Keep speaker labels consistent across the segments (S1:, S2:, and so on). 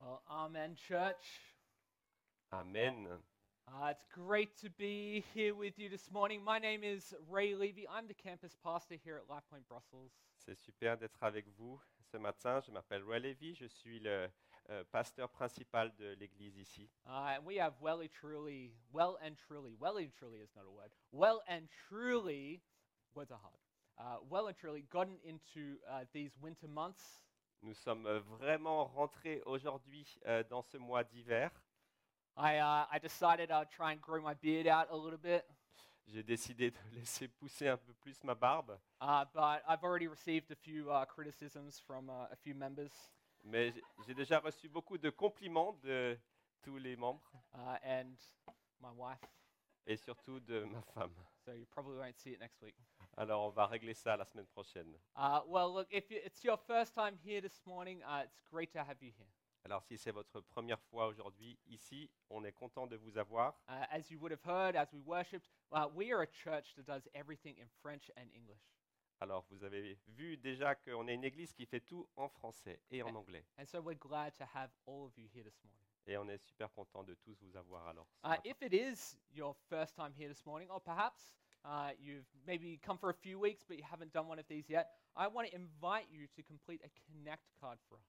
S1: Well, Amen, church.
S2: Amen.
S1: Uh, it's great to be here with you this morning. My name is Ray Levy. I'm the campus pastor here at LifePoint Brussels.
S2: C'est super d'être avec vous ce matin. Je m'appelle Roy Levy. Je suis le euh, pasteur principal de l'église ici.
S1: Uh, and we have well and truly, well and truly, well and truly is not a word, well and truly, words are hard, uh, well and truly gotten into uh, these winter months.
S2: Nous sommes euh, vraiment rentrés aujourd'hui euh, dans ce mois d'hiver.
S1: I, uh, I decided I'd try and grow my beard out a little bit,
S2: J'ai décidé de laisser pousser un peu plus ma barbe,
S1: uh, but I've already received a few uh, criticisms from uh, a few members.
S2: mais j'ai- j'ai déjà reçu beaucoup de compliments de tous les membres
S1: uh, and my wife.
S2: et surtout de ma femme.
S1: So you probably won't see it next week.
S2: Alors on va régler ça la semaine prochaine.
S1: Uh, well, look, if you- it's your first time here this morning, uh, it's great to have you here.
S2: Alors si c'est votre première fois aujourd'hui ici, on est content de vous avoir.
S1: Uh, as you would have heard, as we worshipped, uh, we are a church that does everything in French and English.
S2: Alors vous avez vu déjà qu'on est une église qui fait tout en français et en anglais.
S1: And so we're glad to have all of you here this morning.
S2: Et on est super content de tous vous avoir alors. ce
S1: Uh,
S2: matin.
S1: if it is your first time here this morning, or perhaps uh, you've maybe come for a few weeks but you haven't done one of these yet, I want to invite you to complete a Connect card for us.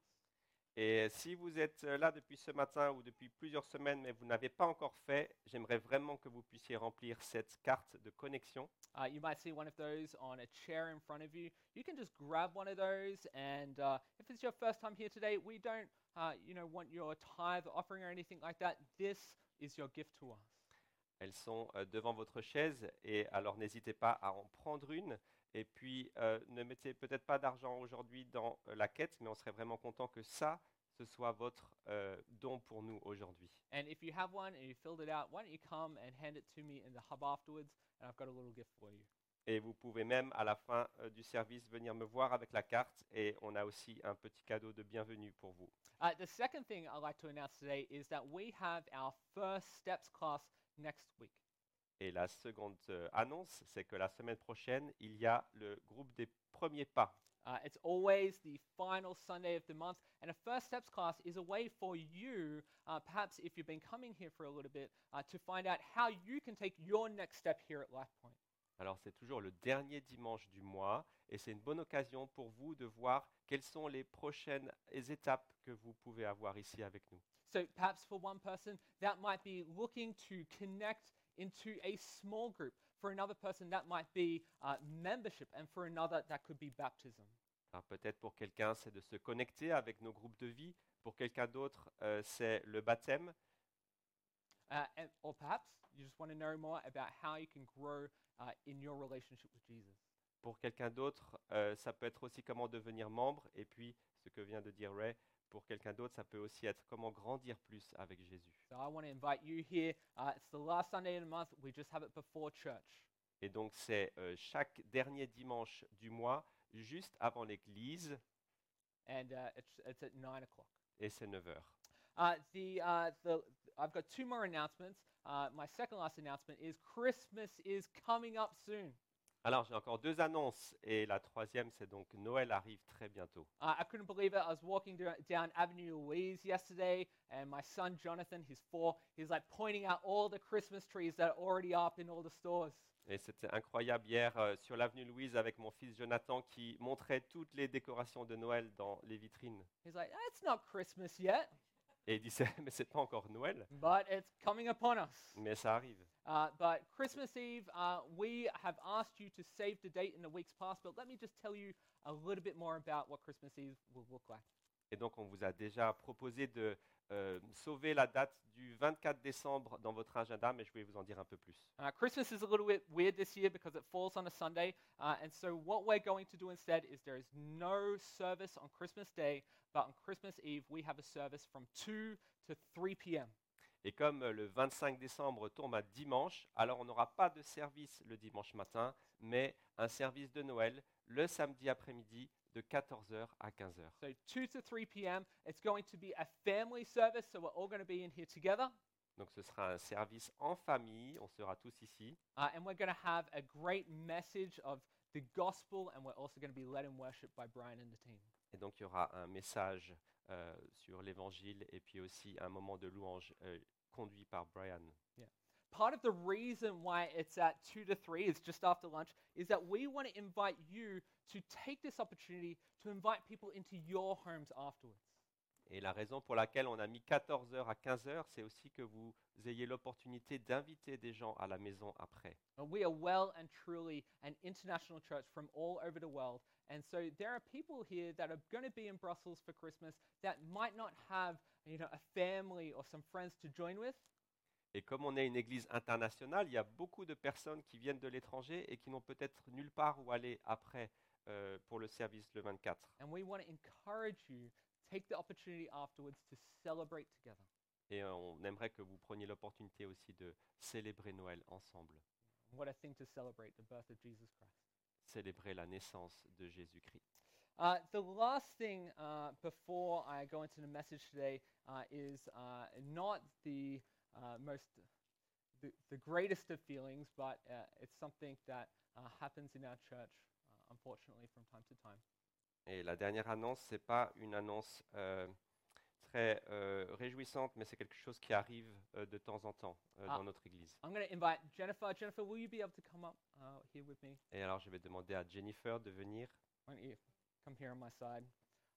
S2: Et si vous êtes euh, là depuis ce matin ou depuis plusieurs semaines mais vous n'avez pas encore fait, j'aimerais vraiment que vous puissiez remplir cette carte de connexion.
S1: Uh, you might see one of those on a chair in front of you. You can just grab one of those, and uh, if it's your first time here today, we don't, uh, you know, want your tithe offering or anything like that. This is your gift to us.
S2: Elles sont euh, devant votre chaise et alors n'hésitez pas à en prendre une. Et puis euh, ne mettez peut-être pas d'argent aujourd'hui dans euh, la quête, mais on serait vraiment content que ça, ce soit votre euh, don pour nous aujourd'hui.
S1: And if you have one and you filled it out, why don't you come and hand it to me in the hub afterwards, and I've got a little gift for you.
S2: Et vous pouvez même à la fin euh, du service venir me voir avec la carte et on a aussi un petit cadeau de bienvenue pour vous.
S1: Uh, the second thing I'd like to announce today is that we have our first steps class next week.
S2: Et la seconde euh, annonce, c'est que la semaine prochaine, il y a le groupe des premiers pas.
S1: Uh, it's always the final Sunday of the month, and a first steps class is a way for you, uh, perhaps if you've been coming here for a little bit, uh, to find out how you can take your next step here at LifePoint.
S2: Alors c'est toujours le dernier dimanche du mois et c'est une bonne occasion pour vous de voir quelles sont les prochaines étapes que vous pouvez avoir ici avec nous.
S1: So perhaps for one person, that might be looking to connect into a small group. For another person, that might be uh, membership, and for another, that could be baptism.
S2: Alors, peut-être pour quelqu'un, c'est de se connecter avec nos groupes de vie. Pour quelqu'un d'autre, euh, c'est le baptême.
S1: Uh, and, or perhaps you just want to know more about how you can grow uh, in your relationship with Jesus.
S2: Pour quelqu'un d'autre, euh, ça peut être aussi comment devenir membre. Et puis, ce que vient de dire Ray, pour quelqu'un d'autre, ça peut aussi être comment grandir plus avec Jésus.
S1: So I want to invite you here. Uh, it's the last Sunday of the month. We just have it before church.
S2: Et donc c'est euh, chaque dernier dimanche du mois, juste avant l'église,
S1: And uh, it's, it's at 9 o'clock.
S2: et c'est 9h.
S1: Uh, the, uh, the, I've got two more announcements. Uh, my second last announcement is Christmas is coming up soon.
S2: Alors j'ai encore deux annonces, et la troisième, c'est donc Noël arrive très bientôt.
S1: Uh, I couldn't believe it. I was walking do- down Avenue Louise yesterday, and my son Jonathan, he's four, he's like pointing out all the Christmas trees that are already up in all the stores.
S2: Et c'était incroyable hier euh, sur l'avenue Louise avec mon fils Jonathan qui montrait toutes les décorations de Noël dans les vitrines.
S1: He's like, that's not Christmas yet,
S2: Et il disait, mais c'est pas encore Noël,
S1: but it's coming upon us.
S2: mais ça arrive.
S1: Uh, but Christmas Eve, uh, we have asked you to save the date in the weeks past, but let me just tell you a little bit more about what Christmas Eve will look like.
S2: Et donc on vous a déjà proposé de euh, sauver la date du 24 décembre dans votre agenda, mais je vais vous en dire un peu plus.
S1: Uh, Christmas is a little bit weird this year because it falls on a Sunday, uh, and so what we're going to do instead is there is no service on Christmas Day, but on Christmas Eve we have a service from 2 to 3 p.m.
S2: Et comme euh, le 25 décembre tombe un dimanche, alors on n'aura pas de service le dimanche matin, mais un service de Noël le samedi après-midi de 14h à 15h.
S1: So 2 to 3 p.m. It's going to be a family service, so we're all going to be in here together.
S2: Donc ce sera un service en famille, on sera tous ici.
S1: Uh, and we're going to have a great message of the gospel, and we're also going to be led in worship by Brian and the team.
S2: Et donc il y aura un message euh, sur l'évangile et puis aussi un moment de louange euh, conduit par Brian.
S1: Part of the reason why it's at 2 to 3 is just after lunch is that we want to invite you to take this opportunity to invite people into your homes afterwards.
S2: Et la raison pour laquelle on a mis 14h à 15h, c'est aussi que vous ayez l'opportunité d'inviter des gens à la maison après.
S1: And we are well and truly an international church from all over the world. And so there are people here that are going to be in Brussels for Christmas that might not have, you know, a family or some friends to join with.
S2: Et comme on est une église internationale, il y a beaucoup de personnes qui viennent de l'étranger et qui n'ont peut-être nulle part où aller après euh, pour le service le 24.
S1: And we want to encourage you take the opportunity afterwards to celebrate together.
S2: Et euh, on aimerait que vous preniez l'opportunité aussi de célébrer Noël ensemble,
S1: What a thing to celebrate the birth of Jesus Christ.
S2: célébrer la naissance de Jésus-Christ.
S1: Uh, the last thing uh, before I go into the message today uh, is uh, not the uh, most, the, the greatest of feelings, but uh, it's something that uh, happens in our church, uh, unfortunately, from time to time.
S2: Et la dernière annonce, ce n'est pas une annonce euh, très euh, réjouissante, mais c'est quelque chose qui arrive euh, de temps en temps euh,
S1: Ah.
S2: dans notre Église.
S1: I'm going to invite Jennifer. Jennifer, will you be able to come up uh, here with me?
S2: Et alors, je vais demander à Jennifer de venir.
S1: Why don't you come here on my side?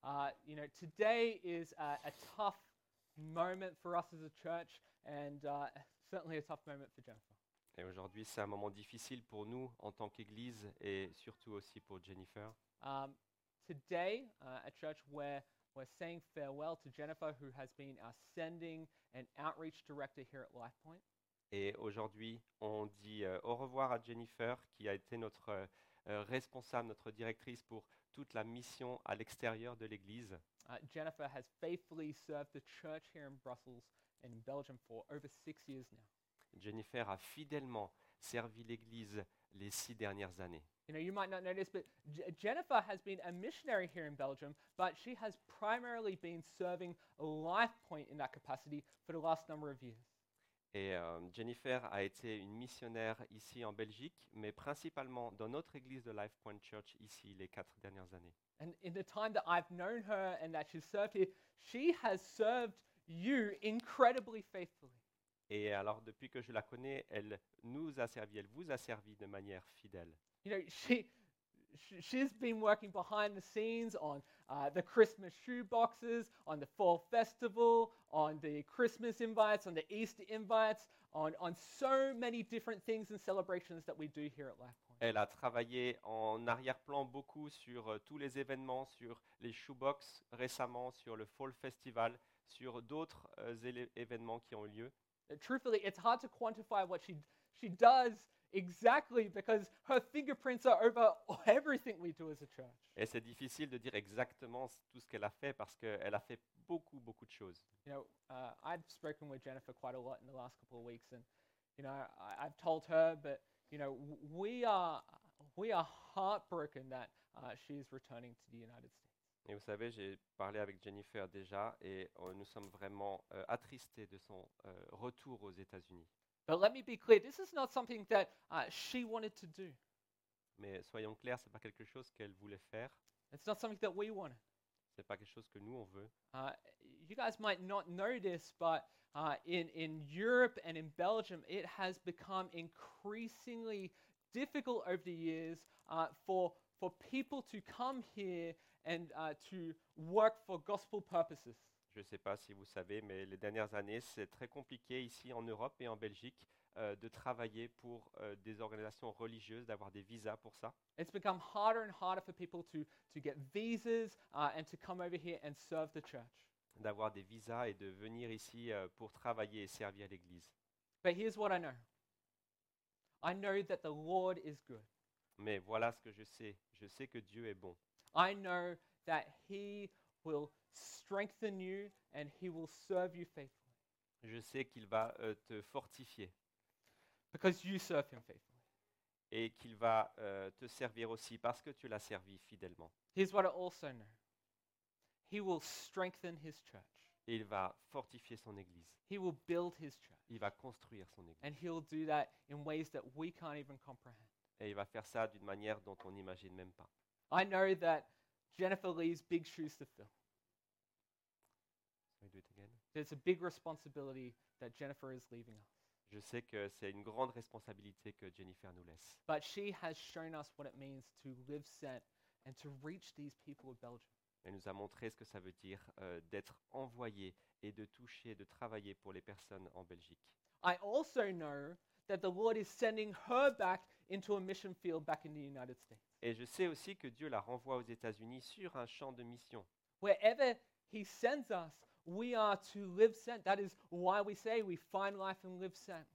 S1: Uh, you know, today is a, a tough moment for us as a church, and uh, certainly a tough moment for Jennifer.
S2: Et aujourd'hui, c'est un moment difficile pour nous en tant qu'Église et surtout aussi pour Jennifer.
S1: Um, today, uh, at church, where we're saying farewell to Jennifer, who has been our sending and outreach director here at LifePoint.
S2: Et aujourd'hui, on dit euh, au revoir à Jennifer, qui a été notre euh, euh, responsable, notre directrice pour toute la mission à l'extérieur de l'Église.
S1: Uh, Jennifer has faithfully served the church here in Brussels, in Belgium, for over six years now.
S2: Jennifer a fidèlement servi l'Église les six dernières années.
S1: You know, you might not notice, but J- Jennifer has been a missionary here in Belgium, but she has primarily been serving Life Point in that capacity for the last number of years.
S2: Et euh, Jennifer a été une missionnaire ici en Belgique, mais principalement dans notre église de Life Point Church ici les quatre dernières années.
S1: And in the time that I've known her and that she's served here, she has served you incredibly faithfully.
S2: Et alors, depuis que je la connais, elle nous a servi, elle vous a servi de manière fidèle.
S1: You know, she, she she's been working behind the scenes on uh, the Christmas shoe boxes, on the fall festival, on the Christmas invites, on the Easter invites, on on so many different things and celebrations that we do here at LifePoint.
S2: Elle a travaillé en arrière-plan beaucoup sur euh, tous les événements, sur les shoebox récemment, sur le Fall Festival, sur d'autres euh, élé- événements qui ont eu lieu.
S1: Uh, Truthfully, it's hard to quantify what she she does exactly because her fingerprints are over everything we do as a church.
S2: Et c'est difficile de dire exactement s- tout ce qu'elle a fait parce qu'elle a fait beaucoup, beaucoup de choses.
S1: you know, uh, I've spoken with Jennifer quite a lot in the last couple of weeks, and you know, I, I've told her, but you know, w- we are we are heartbroken that uh, she's returning to the United States.
S2: Et vous savez, j'ai parlé avec Jennifer déjà et euh, nous sommes vraiment euh, attristés de son euh, retour aux États-Unis.
S1: But let me be clear: this is not something that uh, she wanted to do.
S2: Mais soyons clairs, ce n'est pas quelque chose qu'elle voulait faire,
S1: It's not something that we wanted.
S2: ce n'est pas quelque chose que nous, on veut.
S1: Uh, you guys might not know this, but uh, in in Europe and in Belgium, it has become increasingly difficult over the years uh, for for people to come here and uh, to work for gospel purposes.
S2: Je ne sais pas si vous savez, mais les dernières années, c'est très compliqué ici en Europe et en Belgique euh, de travailler pour euh, des organisations religieuses, d'avoir des visas pour ça.
S1: It's become harder and harder for people to to get visas uh, and to come over here and serve the church.
S2: D'avoir des visas et de venir ici euh, pour travailler et servir l'Église.
S1: But here's what I know. I know that the Lord is good.
S2: Mais voilà ce que je sais. Je sais que Dieu est bon.
S1: I know that He will strengthen you and He will serve you faithfully
S2: Je sais qu'il va euh, te fortifier
S1: because you serve Him faithfully.
S2: et qu'il va euh, te servir aussi parce que tu l'as servi fidèlement.
S1: Here's what I also know He will strengthen His church,
S2: Et il va fortifier son Église.
S1: He will build His church,
S2: Il va construire son Église.
S1: and He'll do that in ways that we can't even comprehend.
S2: Et il va faire ça d'une manière dont on n'imagine même pas.
S1: I know that Jennifer leaves big shoes to fill.
S2: prochaine.
S1: There's a big responsibility that Jennifer is leaving us,
S2: Je sais que c'est une grande responsabilité que Jennifer nous laisse.
S1: but she has shown us what it means to live sent and to reach these people of Belgium.
S2: Elle nous a montré ce que ça veut dire euh, d'être envoyé et de toucher, de travailler pour les personnes en Belgique.
S1: I also know that the Lord is sending her back into a mission field back in the United States.
S2: Et je sais aussi que Dieu la renvoie aux États-Unis sur un champ de mission.
S1: Wherever He sends us, we are to live sent. That is why we say we find life and live sent.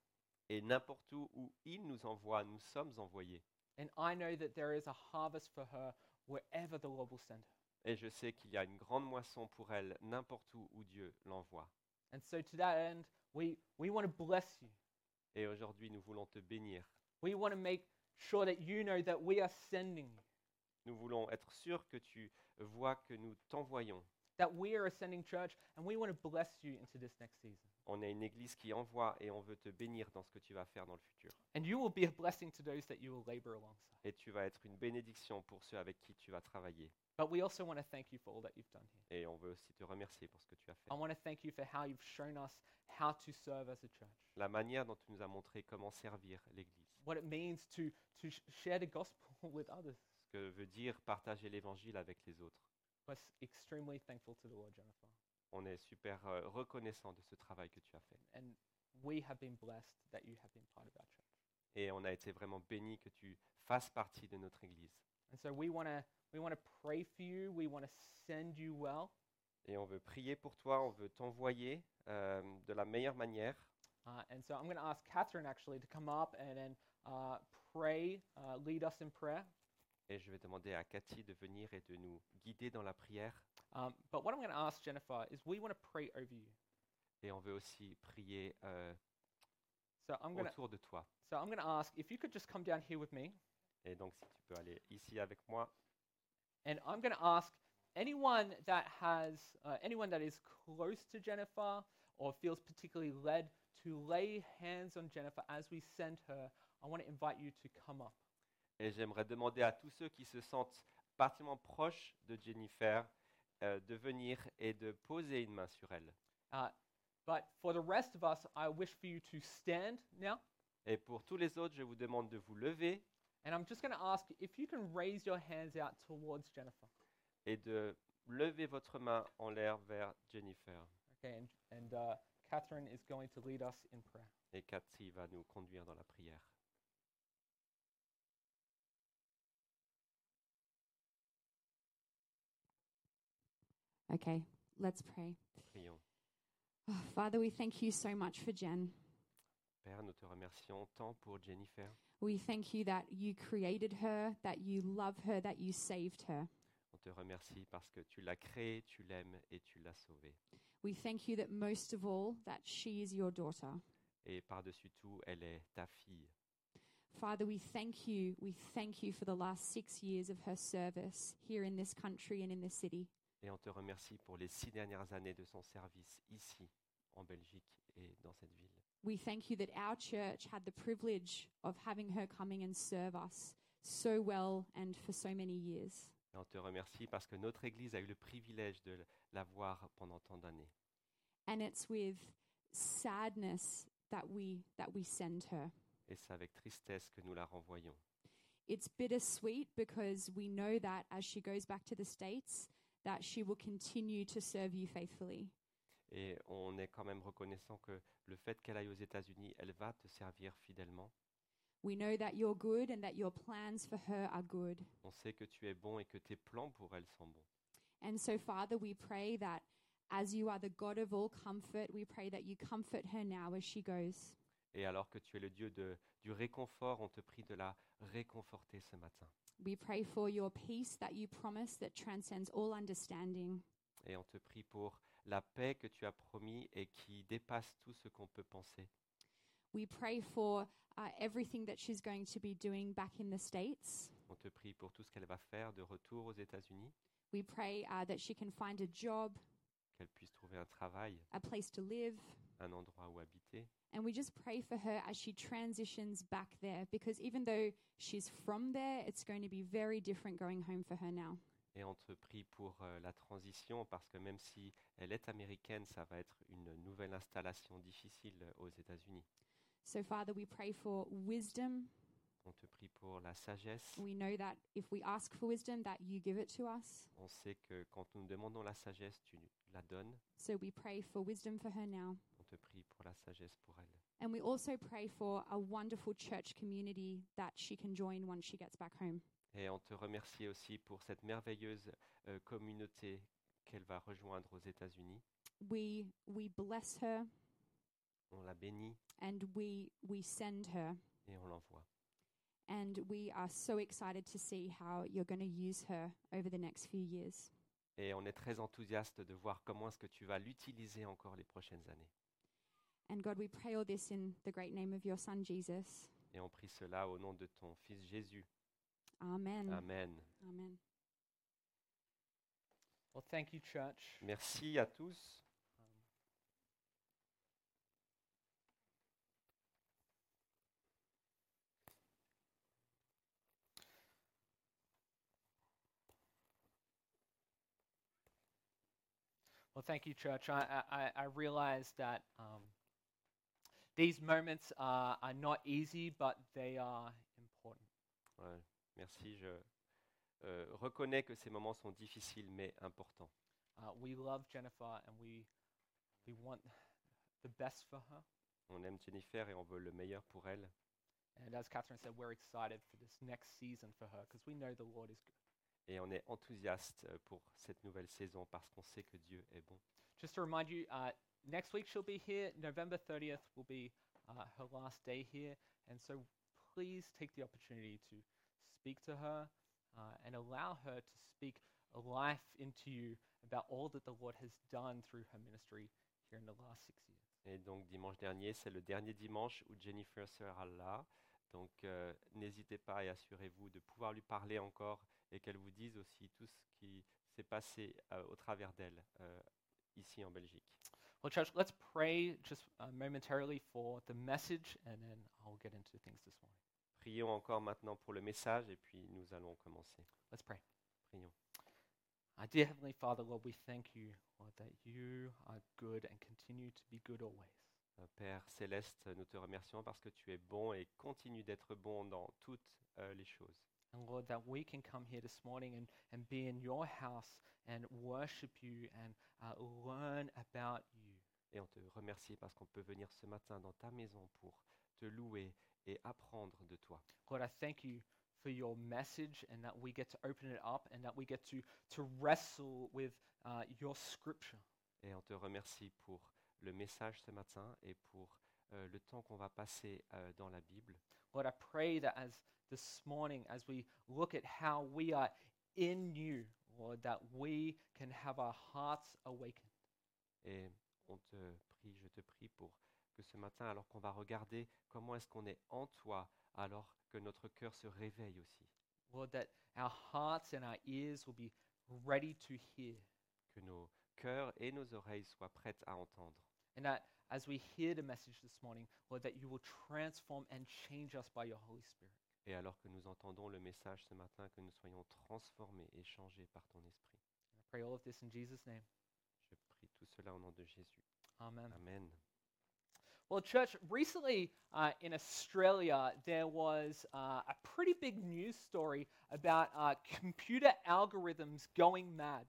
S2: Et n'importe où où il nous envoie, nous sommes envoyés.
S1: And I know that there is a harvest for her wherever the Lord will send her.
S2: Et je sais qu'il y a une grande moisson pour elle, n'importe où où Dieu l'envoie.
S1: And so, to that end, we, we want to bless you.
S2: Et aujourd'hui, nous voulons te bénir.
S1: We want to make sure that you know that we are sending you,
S2: Nous voulons être sûrs que tu vois que nous t'envoyons.
S1: that we are a sending church, and we want to bless you into this next season.
S2: On est une église qui envoie et on veut te bénir dans ce que tu vas faire dans le futur.
S1: And you will be a blessing to those that you will labor alongside.
S2: Et tu vas être une bénédiction pour ceux avec qui tu vas travailler.
S1: But we also want to thank you for all that you've done here.
S2: Et on veut aussi te remercier pour ce que tu as fait.
S1: I want to thank you for how you've shown us how to serve as a church,
S2: La manière dont tu nous as montré comment servir l'église.
S1: what it means to, to sh- share the gospel with others.
S2: Ce que veut dire partager l'évangile avec les autres.
S1: We're s- extremely thankful to the Lord, Jennifer.
S2: On est super euh, reconnaissant de ce travail que tu as fait.
S1: And we have been blessed that you have been part of our church.
S2: Et on a été vraiment béni que tu fasses partie de notre église.
S1: And so we want to we want to pray for you. We want to send you well.
S2: Et on veut prier pour toi, on veut t'envoyer euh, de la meilleure manière.
S1: Uh, and so I'm going to ask Catherine actually to come up and then uh, pray, uh, lead us in prayer.
S2: Et je vais demander à Cathy de venir et de nous guider dans la prière.
S1: Um, but what I'm going to ask Jennifer is we want to pray over you.
S2: Et on veut aussi prier euh,
S1: So I'm going to
S2: autour de toi.
S1: so I'm going to ask if you could just come down here with me,
S2: Et donc, si tu peux aller ici avec moi.
S1: and I'm going to ask anyone that has uh, anyone that is close to Jennifer or feels particularly led to lay hands on Jennifer as we send her. I want to invite you to come up.
S2: Et j'aimerais demander à tous ceux qui se sentent particulièrement proches de Jennifer euh, de venir et de poser une main sur elle.
S1: But for the rest of us, I wish for you to stand now.
S2: Et pour tous les autres, je vous demande de vous lever
S1: And I'm just going to ask if you can raise your hands out towards Jennifer.
S2: et de lever votre main en l'air vers Jennifer.
S1: Okay, and, and uh, Catherine is going to lead us in prayer.
S2: Et Cathy va nous conduire dans la prière.
S3: Okay, let's pray.
S2: Prions.
S3: Oh, Father, we thank you so much for Jen.
S2: Père, nous te remercions tant pour Jennifer.
S3: We thank you that you created her, that you love her, that you saved her.
S2: On te remercie parce que tu l'as créée, tu l'aimes et tu l'as sauvée.
S3: We thank you that most of all, that she is your daughter.
S2: Et par-dessus tout, elle est ta fille.
S3: Father, we thank you. We thank you for the last six years of her service here in this country and in this city.
S2: Et on te remercie pour les six dernières années de son service ici, en Belgique et dans cette ville.
S3: We thank you that our church had the privilege of having her coming and serve us so well and for so many years.
S2: Et on te remercie parce que notre Église a eu le privilège de l'avoir pendant tant d'années.
S3: And it's with sadness that we that we send her.
S2: Et c'est avec tristesse que nous la renvoyons.
S3: It's bittersweet because we know that as she goes back to the States, that she will continue to serve you faithfully.
S2: Et on est quand même reconnaissant que le fait qu'elle aille aux États-Unis, elle va te servir fidèlement.
S3: We know that you're good and that your plans for her are good.
S2: On sait que tu es bon et que tes plans pour elle sont bons.
S3: And so, Father, we pray that as you are the God of all comfort, we pray that you comfort her now as she goes.
S2: Et alors que tu es le Dieu de- du réconfort, on te prie de la réconforter ce matin.
S3: We pray for your peace that you promise that transcends all understanding.
S2: Et on te prie pour la paix que tu as promis et qui dépasse tout ce qu'on peut penser.
S3: We pray for uh, everything that she's going to be doing back in the States.
S2: On te prie pour tout ce qu'elle va faire de retour aux États-Unis,
S3: We pray uh, that she can find a job,
S2: qu'elle puisse trouver un travail,
S3: a place to live.
S2: un endroit où habiter.
S3: And we just pray for her as she transitions back there because even though she's from there, it's going to be very different going home for her now.
S2: et entrepris pour euh, la transition parce que même si elle est américaine, ça va être une nouvelle installation difficile euh, aux États-Unis.
S3: So, Father, we pray for wisdom.
S2: On te prie pour la sagesse.
S3: We know that if we ask for wisdom, that you give it to us.
S2: On sait que quand nous demandons la sagesse, tu nous la donnes.
S3: So, we pray for wisdom for her now.
S2: On te prie pour la sagesse pour elle.
S3: And we also pray for a wonderful church community that she can join once she gets back home.
S2: Et on te remercie aussi pour cette merveilleuse euh, communauté qu'elle va rejoindre aux États-Unis.
S3: We, we bless her
S2: On la bénit
S3: and we, we send her.
S2: et on l'envoie.
S3: And we are so excited to see how you're going to use her over the next few years.
S2: Et on est très enthousiaste de voir comment est-ce que tu vas l'utiliser encore les prochaines années.
S3: And God, we pray all this in the great name of your Son, Jesus.
S2: Et on prie cela au nom de ton Fils Jésus.
S3: Amen.
S2: Amen.
S3: Amen.
S1: Well, thank you, church.
S2: Merci à tous.
S1: Um, Well, thank you, church. I, I- I, I realize that um, these moments are, are not easy, but they are important.
S2: Ouais, merci. Je euh, reconnais que ces moments sont difficiles mais importants.
S1: Uh, we love Jennifer and we, we want the best for her.
S2: On aime Jennifer et on veut le meilleur pour elle.
S1: And as Catherine said, we're excited for this next season for her because we know the Lord is good.
S2: Et on est enthousiaste euh, pour cette nouvelle saison parce qu'on sait que Dieu est bon.
S1: Just to remind you, uh, next week she'll be here. November 30th will be uh, her last day here. And so please take the opportunity to speak to her uh, and allow her to speak life into you about all that the Lord has done through her ministry here in the last six years.
S2: Et donc dimanche dernier, c'est le dernier dimanche où Jennifer sera là. Donc euh, n'hésitez pas et assurez-vous de pouvoir lui parler encore et qu'elle vous dise aussi tout ce qui s'est passé euh, au travers d'elle euh, ici en Belgique.
S1: Well, church, let's pray just uh, momentarily for the message and then I'll get into things this morning.
S2: Prions encore maintenant pour le message et puis nous allons commencer.
S1: Let's pray.
S2: Prions.
S1: Our dear Heavenly Father, Lord, we thank you, Lord, that you are good and continue to be good always.
S2: Euh, Père céleste, nous te remercions parce que tu es bon et continue d'être bon dans toutes euh, les choses.
S1: And Lord, that we can come here this morning and, and be in your house and worship you and uh, learn about you.
S2: Et on te remercie parce qu'on peut venir ce matin dans ta maison pour te louer et apprendre de toi.
S1: Lord, I thank you for your message and that we get to open it up and that we get to, to wrestle with uh, your scripture.
S2: Et on te remercie pour le message ce matin et pour euh, le temps qu'on va passer euh, dans la Bible.
S1: Lord, I pray that as this morning, as we look at how we are in you, Lord, that we can have our hearts awakened.
S2: Et on te prie, je te prie pour que ce matin, alors qu'on va regarder comment est-ce qu'on est en toi, alors que notre cœur se réveille aussi,
S1: Lord, that our hearts and our ears will be ready to hear.
S2: que nos cœurs et nos oreilles soient prêtes à entendre.
S1: And that as we hear the message this morning, Lord, that you will transform and change us by your Holy Spirit.
S2: Et alors que nous entendons le message ce matin, que nous soyons transformés et changés par ton esprit.
S1: I pray all of this in Jesus' name.
S2: Je prie tout cela au nom de Jésus.
S1: Amen.
S2: Amen.
S1: Well, church, recently uh, in Australia, there was uh, a pretty big news story about uh, computer algorithms going mad.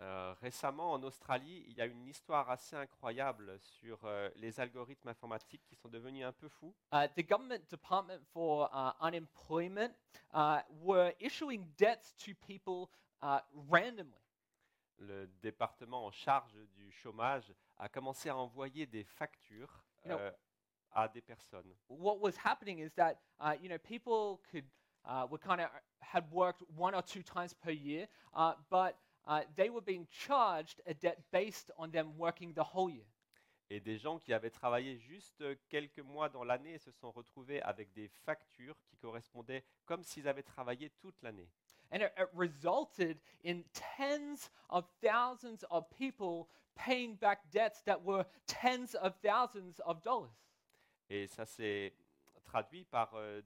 S2: Euh, récemment, en Australie, il y a une histoire assez incroyable sur euh, les algorithmes informatiques qui sont devenus un peu fous.
S1: Uh, the government department for uh, unemployment uh, were issuing debts to people uh, randomly.
S2: Le département en charge du chômage a commencé à envoyer des factures
S1: Non.
S2: euh, à des personnes.
S1: what was happening is that uh, you know people could uh, were kind of had worked one or two times per year, uh, but uh, they were being charged a debt based on them working the whole year.
S2: Et des gens qui avaient travaillé juste euh, quelques mois dans l'année se sont retrouvés avec des factures qui correspondaient comme s'ils avaient travaillé toute l'année.
S1: And it, it resulted in tens of thousands of people paying back debts that were tens of thousands of dollars.
S2: Et ça s'est traduit par euh,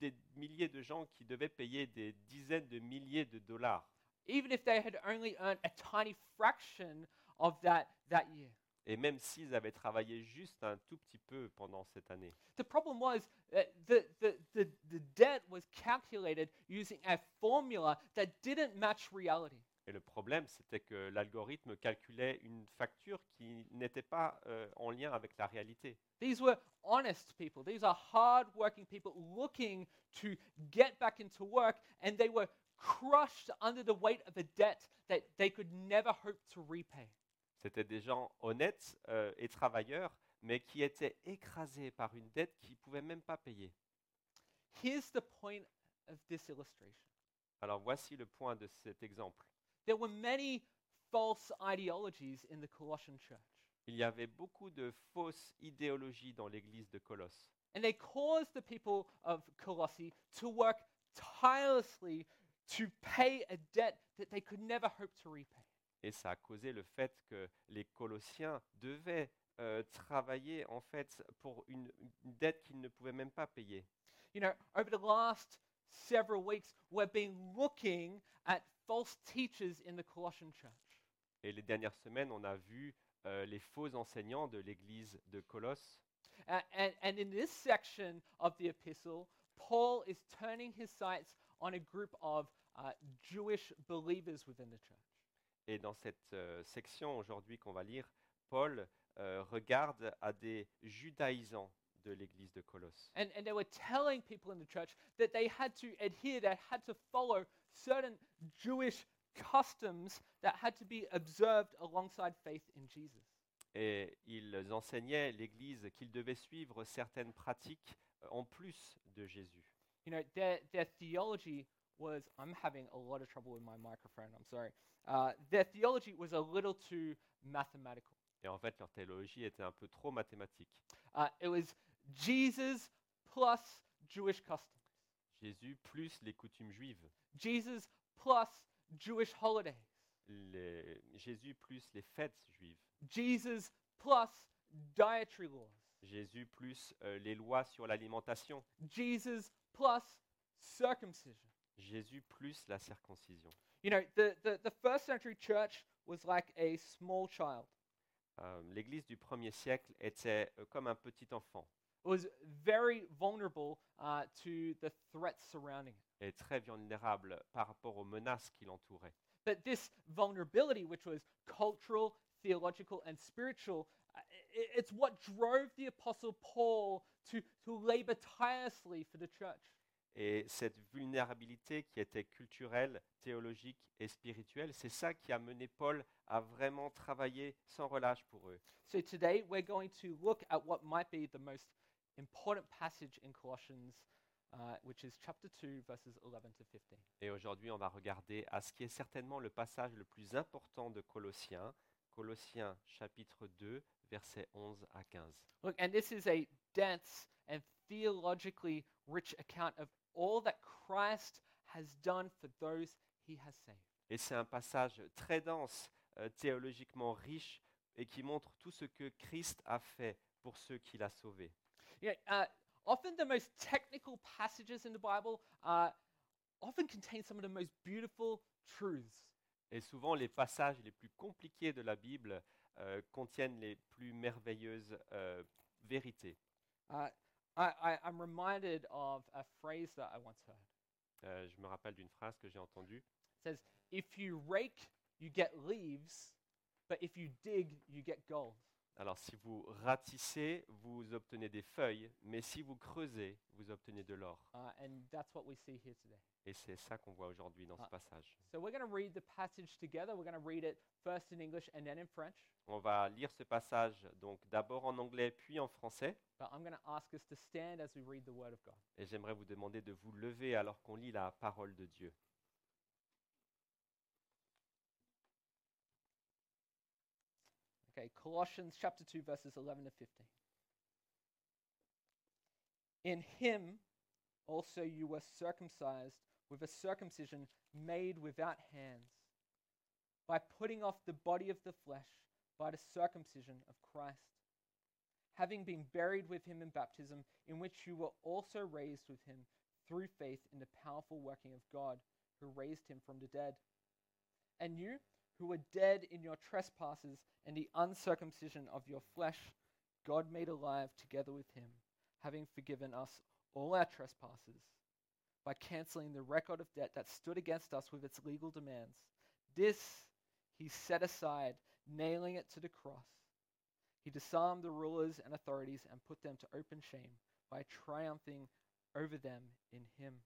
S2: des milliers de gens qui devaient payer des dizaines de milliers de dollars.
S1: even if they had only earned a tiny fraction of that that year.
S2: Et même s'ils avaient travaillé juste un tout petit peu pendant cette année.
S1: The problem was that the, the, the, the debt was calculated using a formula that didn't match reality.
S2: Et le problème, c'était que l'algorithme calculait une facture qui n'était pas euh, en lien avec la réalité.
S1: These were honest people. These are hardworking people looking to get back into work, and they were crushed under the weight of a debt that they could never hope to repay.
S2: C'était des gens honnêtes euh, et travailleurs, mais qui étaient écrasés par une dette qu'ils ne pouvaient même pas payer.
S1: Here's the point of this illustration
S2: Alors voici le point de cet exemple.
S1: there were many false ideologies in the Colossian church,
S2: Il y avait beaucoup de fausses idéologies dans l'église de Colosse.
S1: and they caused the people of Colossae to work tirelessly to pay a debt that they could never hope to repay.
S2: Et ça a causé le fait que les Colossiens devaient euh, travailler en fait pour une, une dette qu'ils ne pouvaient même pas payer.
S1: You know, over the last several weeks, we've been looking at false teachers in the Colossian church.
S2: Et les dernières semaines, on a vu euh, les faux enseignants de l'église de Colosse.
S1: A- and, and in this section of the epistle, Paul is turning his sights on a group of uh, Jewish believers within the church.
S2: Et dans cette euh, section aujourd'hui qu'on va lire, Paul euh, regarde à des judaïsants de l'église de Colosse.
S1: And, and they were telling people in the church that they had to adhere, they had to follow certain Jewish customs that had to be observed alongside faith in Jesus.
S2: Et ils enseignaient l'église qu'ils devaient suivre certaines pratiques euh, en plus de Jésus.
S1: You know, their, their theology was, I'm having a lot of trouble with my microphone, I'm sorry. Uh, their theology was a little too mathematical.
S2: Et en fait, leur théologie était un peu trop mathématique.
S1: Uh, it was Jesus plus Jewish customs,
S2: Jésus plus les coutumes juives,
S1: Jesus plus Jewish holidays,
S2: les- Jésus plus les fêtes juives,
S1: Jesus plus dietary laws.
S2: Jésus plus euh, les lois sur l'alimentation,
S1: Jesus plus circumcision.
S2: Jésus plus la circoncision.
S1: You know, the, the, the first century church was like a small child.
S2: Euh, L'Église du premier siècle était euh, comme un petit enfant
S1: It was very vulnerable uh, to the threats surrounding it.
S2: et très vulnérable par rapport aux menaces qui l'entouraient.
S1: But this vulnerability, which was cultural, theological, and spiritual, uh, i- it's what drove the Apostle Paul to, to labor tirelessly for the church.
S2: Et cette vulnérabilité qui était culturelle, théologique et spirituelle, c'est ça qui a mené Paul à vraiment travailler sans relâche pour eux.
S1: So today we're going to look at what might be the most important passage in Colossians, uh, which is chapter 2, verses 11 to 15.
S2: Et aujourd'hui, on va regarder à ce qui est certainement le passage le plus important de Colossiens, Colossiens chapitre 2, versets 11 à 15.
S1: Look, and this is a dense and theologically rich account of all that Christ has done for those he has saved.
S2: Et c'est un passage très dense, euh, théologiquement riche, et qui montre tout ce que Christ a fait pour ceux qu'il a sauvés.
S1: You know, uh, often the most technical passages in the Bible uh, often contain some of the most beautiful truths.
S2: Et souvent, les passages les plus compliqués de la Bible euh, contiennent les plus merveilleuses euh, vérités.
S1: Uh, I, I, I'm reminded of a phrase that I once heard.
S2: Euh, je me rappelle d'une phrase que j'ai entendue.
S1: It says, If you rake, you get leaves, but if you dig, you get gold.
S2: Alors, si vous ratissez, vous obtenez des feuilles, mais si vous creusez, vous obtenez de l'or.
S1: Uh, and that's what we see here today.
S2: Et c'est ça qu'on voit aujourd'hui dans
S1: Ah.
S2: ce passage.
S1: So we're going to read the passage together. We're going to read it first in English and then in French.
S2: On va lire ce passage donc d'abord en anglais puis en français.
S1: But I'm going to ask us to stand as we read the Word of God.
S2: Et j'aimerais vous demander de vous lever alors qu'on lit la parole de Dieu.
S1: Okay, Colossians chapter 2, verses 11 to 15. In him also you were circumcised with a circumcision made without hands, by putting off the body of the flesh by the circumcision of Christ, having been buried with him in baptism, in which you were also raised with him through faith in the powerful working of God, who raised him from the dead. and you who were dead in your trespasses and the uncircumcision of your flesh, God made alive together with him, having forgiven us all our trespasses by canceling the record of debt that stood against us with its legal demands. This he set aside, nailing it to the cross. He disarmed the rulers and authorities and put them to open shame by triumphing over them in him.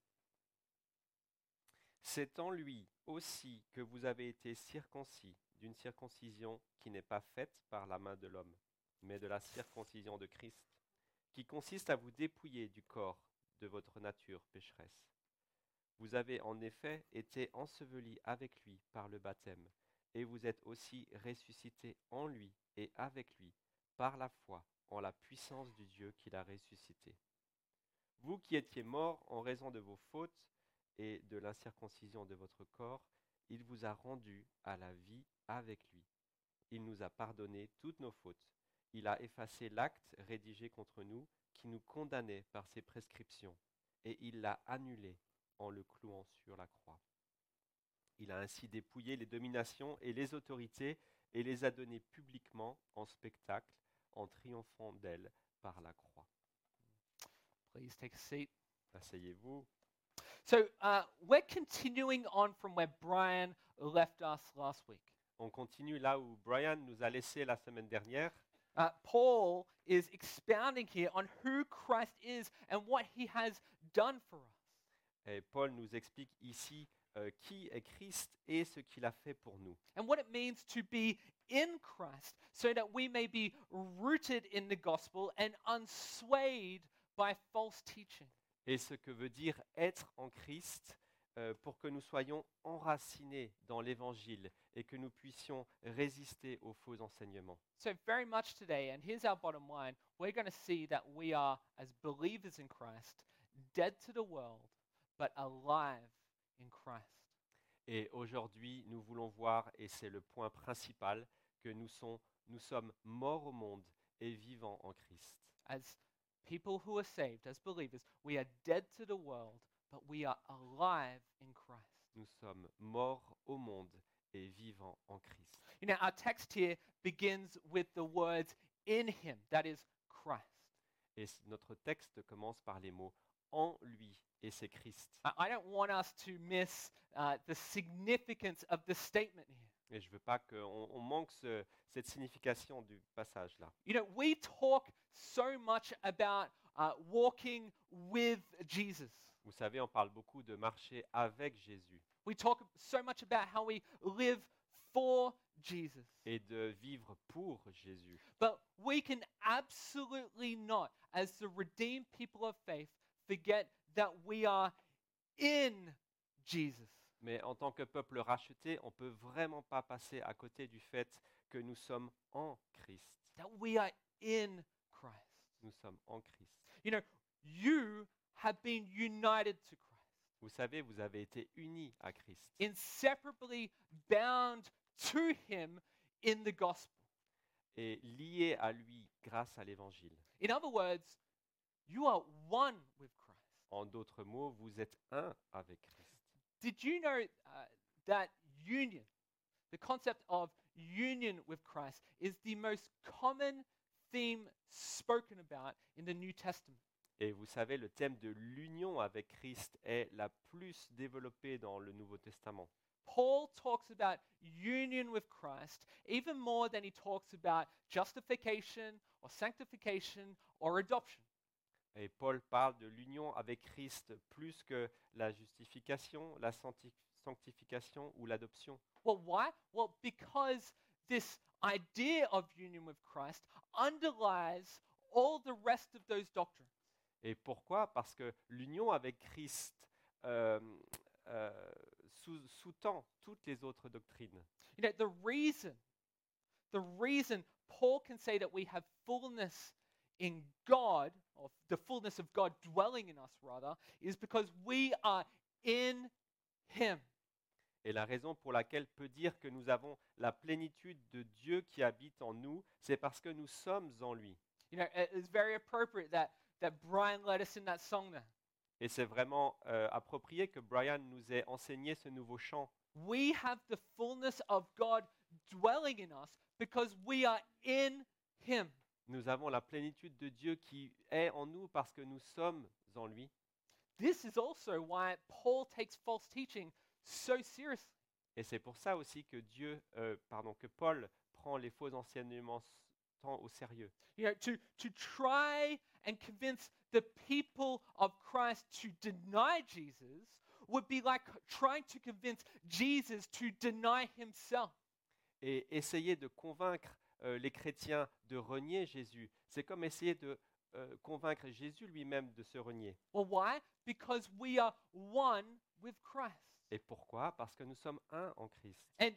S2: C'est en lui aussi que vous avez été circoncis d'une circoncision qui n'est pas faite par la main de l'homme, mais de la circoncision de Christ, qui consiste à vous dépouiller du corps de votre nature pécheresse. Vous avez en effet été ensevelis avec lui par le baptême, et vous êtes aussi ressuscités en lui et avec lui par la foi en la puissance du Dieu qui l'a ressuscité. Vous qui étiez morts en raison de vos fautes et de l'incirconcision de votre corps, il vous a rendu à la vie avec lui. Il nous a pardonné toutes nos fautes. Il a effacé l'acte rédigé contre nous qui nous condamnait par ses prescriptions, et il l'a annulé en le clouant sur la croix. Il a ainsi dépouillé les dominations et les autorités et les a données publiquement en spectacle, en triomphant d'elles par la croix.
S1: Please take a seat.
S2: Asseyez-vous.
S1: So uh, we're continuing on from where Brian left us last week.
S2: On continue là où Brian nous a laissé la semaine dernière.
S1: Uh, Paul is expounding here on who Christ is and what he has done for us.
S2: Et Paul nous explique ici euh, qui est Christ et ce qu'il a fait pour nous.
S1: and what it means to be in Christ so that we may be rooted in the gospel and unswayed by false teaching.
S2: Et ce que veut dire être en Christ euh, pour que nous soyons enracinés dans l'Évangile et que nous puissions résister aux faux enseignements.
S1: So, very much today, and here's our bottom line we're going to see that we are, as believers in Christ, dead to the world, but alive in Christ.
S2: Et aujourd'hui, nous voulons voir, et c'est le point principal, que nous, sont- nous sommes morts au monde et vivants en Christ.
S1: As people who are saved, as believers, we are dead to the world, but we are alive in Christ.
S2: Nous sommes morts au monde et vivants en Christ.
S1: You know, our text here begins with the words in him, that is, Christ.
S2: Et s- notre texte commence par les mots en lui, et c'est Christ.
S1: I- I don't want us to miss uh, the significance of this statement here.
S2: Et je ne veux pas qu'on on manque ce- cette signification du passage-là.
S1: You know, we talk so much about uh, walking with Jesus.
S2: Vous savez, on parle beaucoup de marcher avec Jésus
S1: We talk so much about how we live for Jesus.
S2: et de vivre pour Jésus.
S1: But we can absolutely not, as the redeemed people of faith, forget that we are in Jesus.
S2: Mais en tant que peuple racheté, on ne peut vraiment pas passer à côté du fait que nous sommes en Christ.
S1: That we are in Christ.
S2: Nous sommes en Christ.
S1: You know, you have been united to Christ.
S2: Vous savez, vous avez été unis à Christ,
S1: inseparably bound to him in the gospel.
S2: et liés à lui grâce à l'Évangile.
S1: In other words, you are one with Christ.
S2: En d'autres mots, vous êtes un avec Christ.
S1: Did you know uh, that union, the concept of union with Christ, is the most common theme spoken about in the New Testament?
S2: Et vous savez, le thème de l'union avec Christ est la plus développée dans le Nouveau Testament.
S1: Paul talks about union with Christ even more than he talks about justification or sanctification or adoption.
S2: Et Paul parle de l'union avec Christ plus que la justification, la sancti- sanctification ou l'adoption.
S1: Well, why? Well, because this idea of union with Christ underlies all the rest of those doctrines.
S2: Et pourquoi Parce que l'union avec Christ euh, euh, sous- sous-tend toutes les autres doctrines.
S1: You know, the reason, the reason Paul can say that we have fullness in God, or the fullness of God dwelling in us, rather, is because we are in Him.
S2: Et la raison pour laquelle peut dire que nous avons la plénitude de Dieu qui habite en nous, c'est parce que nous sommes en lui.
S1: You know, it- it's very appropriate that, that Brian led us in that song there.
S2: Et c'est vraiment euh, approprié que Brian nous ait enseigné ce nouveau chant.
S1: we have the fullness of God dwelling in us because we are in Him.
S2: Nous avons la plénitude de Dieu qui est en nous parce que nous sommes en lui.
S1: This is also why Paul takes false teaching so seriously.
S2: Et c'est pour ça aussi que Dieu, euh, pardon, que Paul prend les faux enseignements s- tant au sérieux.
S1: You know, to, to try and convince the people of Christ to deny Jesus would be like trying to convince Jesus to deny himself.
S2: Et essayer de convaincre euh, les chrétiens de renier Jésus, c'est comme essayer de euh, convaincre Jésus lui-même de se renier.
S1: Well, why? Because we are one with Christ.
S2: Et pourquoi Parce que nous sommes un en Christ.
S1: And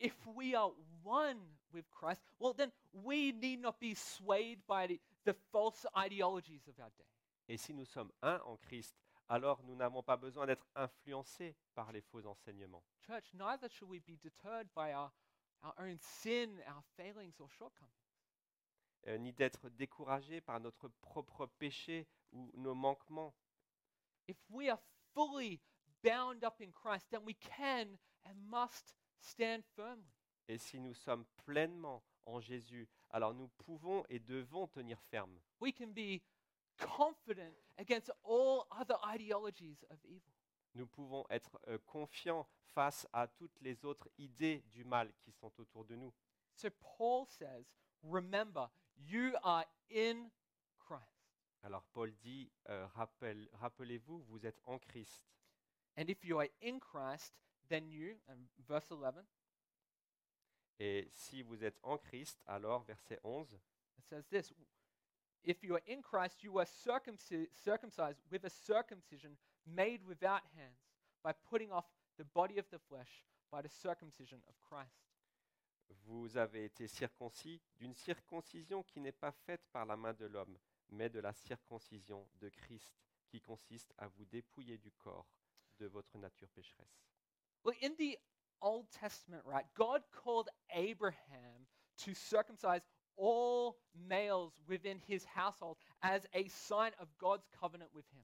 S1: if we are one with Christ, well, then we need not be swayed by the, the false ideologies of our day.
S2: Et si nous sommes un en Christ, alors nous n'avons pas besoin d'être influencés par les faux enseignements.
S1: Church, neither should we be deterred by our, our own sin, our failings, or shortcomings.
S2: euh, ni d'être découragés par notre propre péché ou nos manquements.
S1: If we are fully bound up in Christ, then we can and must stand firmly.
S2: Et si nous sommes pleinement en Jésus, alors nous pouvons et devons tenir ferme.
S1: We can be confident against all other ideologies of evil.
S2: Nous pouvons être euh, confiants face à toutes les autres idées du mal qui sont autour de nous.
S1: So Paul says, remember, you are in Christ.
S2: Alors Paul dit, euh, rappel- rappelez-vous, vous êtes en Christ.
S1: And if you are in Christ, then you, and verse 11,
S2: Et si vous êtes en Christ, alors verset 11,
S1: It says this If you are in Christ, you are circumci- circumcised with a circumcision made without hands by putting off the body of the flesh by the circumcision of Christ.
S2: vous avez été circoncis d'une circoncision qui n'est pas faite par la main de l'homme, mais de la circoncision de Christ, qui consiste à vous dépouiller du corps, de votre nature pécheresse.
S1: Well, in the Old Testament, right, God called Abraham to circumcise all males within his household as a sign of God's covenant with him.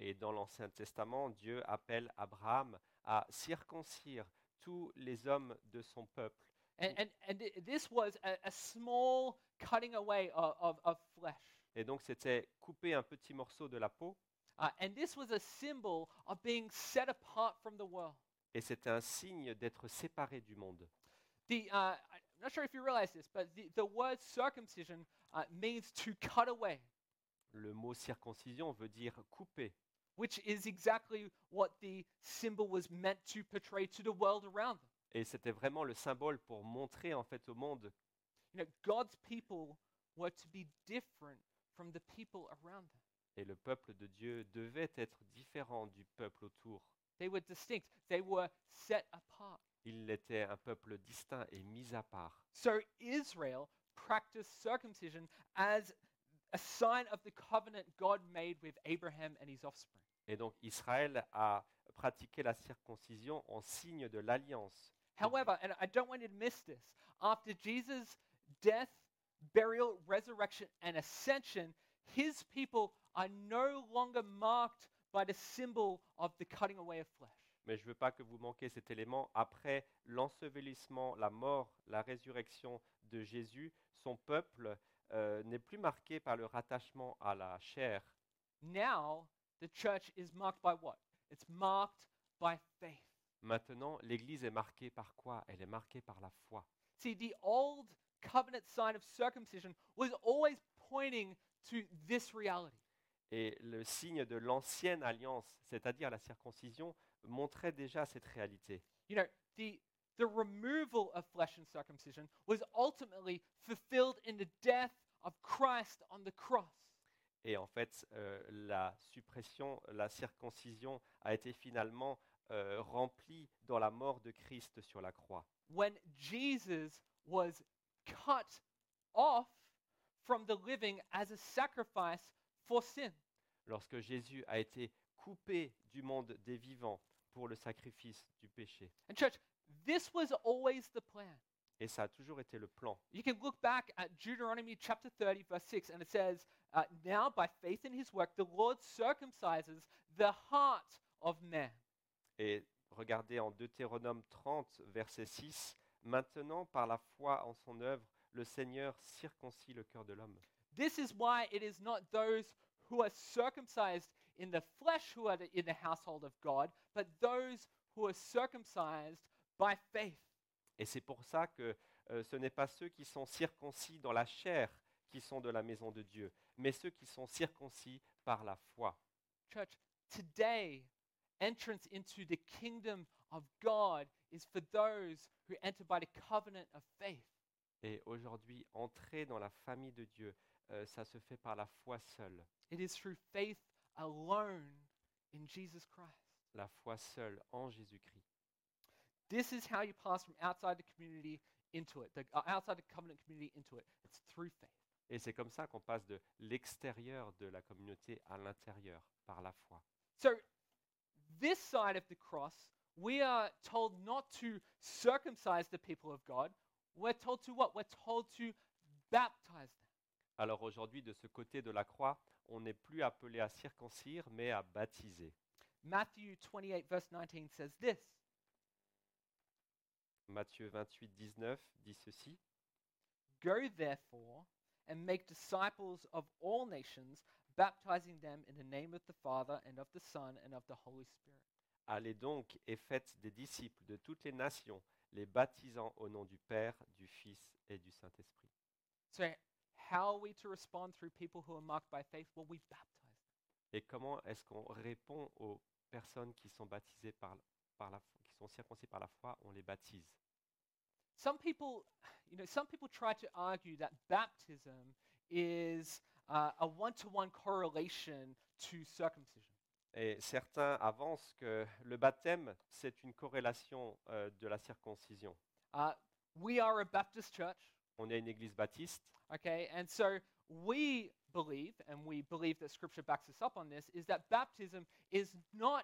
S2: Et dans l'Ancien Testament, Dieu appelle Abraham à circoncire tous les hommes de son peuple.
S1: And, and, and th- this was a, a small cutting away of, of, of flesh.
S2: Et donc c'était couper un petit morceau de la peau,
S1: Uh, and this was a symbol of being set apart from the world.
S2: et c'était un signe d'être séparé du monde.
S1: The, uh, I'm not sure if you realize this, but the, the word circumcision uh, means to cut away,
S2: Le mot circoncision veut dire couper,
S1: which is exactly what the symbol was meant to portray to the world around them.
S2: et c'était vraiment le symbole pour montrer en fait au monde
S1: You know, God's people were to be different from the people around them.
S2: Et le peuple de Dieu devait être différent du peuple autour.
S1: They were distinct. They were set apart.
S2: Il était un peuple distinct et mis à part.
S1: So Israel practiced circumcision as a sign of the covenant God made with Abraham and his offspring.
S2: Et donc Israël a pratiqué la circoncision en signe de l'alliance. Okay.
S1: However, and I don't want you to miss this, after Jesus' death, burial, resurrection, and ascension, his people are no longer marked by the symbol of the cutting away of flesh.
S2: Mais je ne veux pas que vous manquiez cet élément. Après l'ensevelissement, la mort, la résurrection de Jésus, son peuple euh, n'est plus marqué par le rattachement à la chair.
S1: Now, the church is marked by what? It's marked by faith.
S2: Maintenant, l'Église est marquée par quoi Elle est marquée par la foi.
S1: See, the old covenant sign of circumcision was always pointing to this reality.
S2: Et le signe de l'ancienne alliance, c'est-à-dire la circoncision, montrait déjà cette réalité.
S1: You know, the the removal of flesh and circumcision was ultimately fulfilled in the death of Christ on the cross.
S2: Et en fait, euh, la suppression, la circoncision a été finalement euh, remplie dans la mort de Christ sur la croix.
S1: When Jesus was cut off from the living as a sacrifice for sin.
S2: Lorsque Jésus a été coupé du monde des vivants pour le sacrifice du péché.
S1: And church, this was always the plan.
S2: Et ça a toujours été le plan.
S1: You can look back at Deuteronomy chapter 30, verse 6, and it says, uh, Now by faith in his work, the Lord circumcises the heart of man.
S2: Et Regardez en Deutéronome 30, verset 6. Maintenant, par la foi en son œuvre, le Seigneur circoncit le cœur de l'homme.
S1: This is why it is not those who are circumcised in the flesh who are the- in the household of God, but those who are circumcised by faith.
S2: Et c'est pour ça que euh, ce n'est pas ceux qui sont circoncis dans la chair qui sont de la maison de Dieu, mais ceux qui sont circoncis par la foi.
S1: Church, today, entrance into the kingdom of God is for those who enter by the covenant of faith.
S2: Et aujourd'hui, entrer dans la famille de Dieu, euh, ça se fait par la foi seule.
S1: It is through faith alone in Jesus Christ.
S2: La foi seule en Jésus-Christ.
S1: This is how you pass from outside the community into it, the uh, outside the covenant community into it. It's through faith.
S2: Et c'est comme ça qu'on passe de l'extérieur de la communauté à l'intérieur, par la foi.
S1: So, this side of the cross, we are told not to circumcise the people of God. We're told to what? We're told to baptize them.
S2: Alors aujourd'hui, de ce côté de la croix, on n'est plus appelé à circoncire, mais à baptiser.
S1: Matthew 28, verse 19 says this
S2: Matthieu 28, 19 dit ceci.
S1: Go therefore and make disciples of all nations, baptizing them in the name of the Father and of the Son and of the Holy Spirit.
S2: Allez donc et faites des disciples de toutes les nations, les baptisant au nom du Père, du Fils et du Saint-Esprit.
S1: So, how are we to respond through people who are marked by faith? Well, we baptize them.
S2: Et comment est-ce qu'on répond aux personnes qui sont baptisées par, l- par la, f- qui sont circoncis par la foi On les baptise.
S1: some people, you know, some people try to argue that baptism is uh, a one-to-one correlation to circumcision.
S2: Et certains avancent que le baptême, c'est une corrélation euh, de la circoncision.
S1: Uh, we are a Baptist church,
S2: On est une église baptiste
S1: okay, and so we believe, and we believe that Scripture backs us up on this, is that baptism is not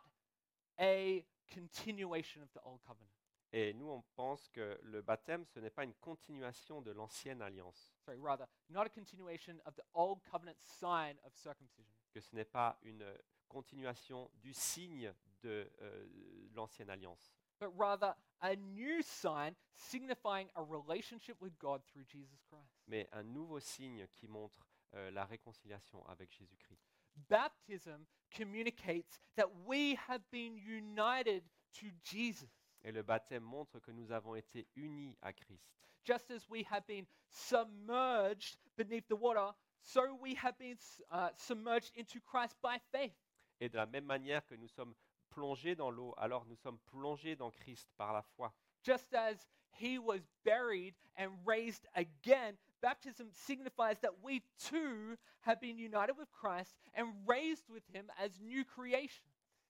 S1: a continuation of the old covenant.
S2: et nous, on pense que le baptême, ce n'est pas une continuation de l'ancienne alliance,
S1: Sorry, rather, not a continuation of the old covenant sign of circumcision.
S2: que ce n'est pas une euh, continuation du signe de euh, l'ancienne alliance,
S1: but rather a new sign signifying a relationship with God through Jesus Christ.
S2: mais un nouveau signe qui montre euh, la réconciliation avec Jésus-Christ.
S1: Baptism communicates that we have been united to Jesus,
S2: Et le baptême montre que nous avons été unis à Christ.
S1: just as we have been submerged beneath the water. So we have been s- uh, submerged into Christ by faith.
S2: Et de la même manière que nous sommes plongés dans l'eau, alors nous sommes plongés dans Christ par la foi.
S1: Just as he was buried and raised again, baptism signifies that we too have been united with Christ and raised with him as new creation.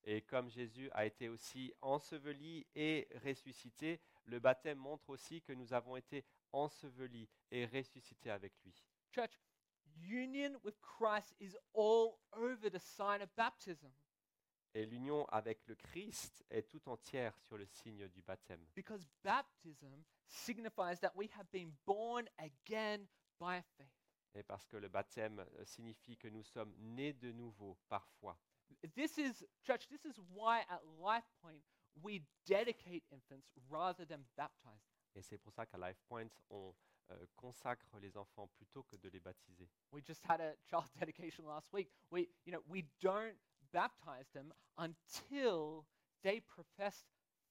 S2: Et comme Jésus a été aussi enseveli et ressuscité, le baptême montre aussi que nous avons été ensevelis et ressuscités avec lui.
S1: Church, union with Christ is all over the sign of baptism
S2: Et l'union avec le Christ est tout entière sur le signe du baptême.
S1: because baptism signifies that we have been born again by faith.
S2: Et parce que le baptême euh, signifie que nous sommes nés de nouveau par foi.
S1: This is, church, this is why at Life Point we dedicate infants rather than baptize them.
S2: Et c'est pour ça qu'à Life Point, on euh, consacre les enfants plutôt que de les baptiser.
S1: We just had a child dedication last week. We, you know, we don't baptize them until they profess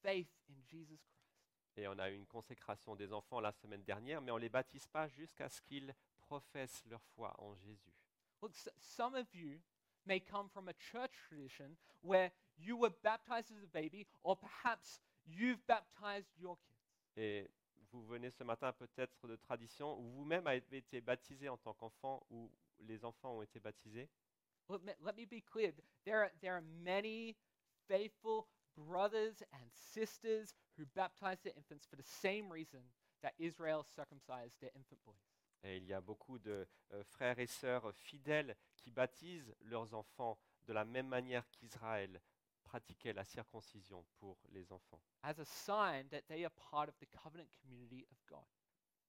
S1: faith in Jesus Christ.
S2: Et on a eu une consécration des enfants la semaine dernière, mais on ne les baptise pas jusqu'à ce qu'ils professent leur foi en Jésus.
S1: Look, s- some of you may come from a church tradition where you were baptized as a baby, or perhaps you've baptized your kids.
S2: Et vous venez ce matin peut-être de tradition où vous-même avez été baptisé en tant qu'enfant ou les enfants ont été baptisés.
S1: Let me, let me be clear th- there are, there are many faithful brothers and sisters who baptize their infants for the same reason that Israel circumcised their infant boys.
S2: Et il y a beaucoup de euh, frères et sœurs fidèles qui baptisent leurs enfants de la même manière qu'Israël pratiquait la circoncision pour les enfants.
S1: As a sign that they are part of the covenant community of God.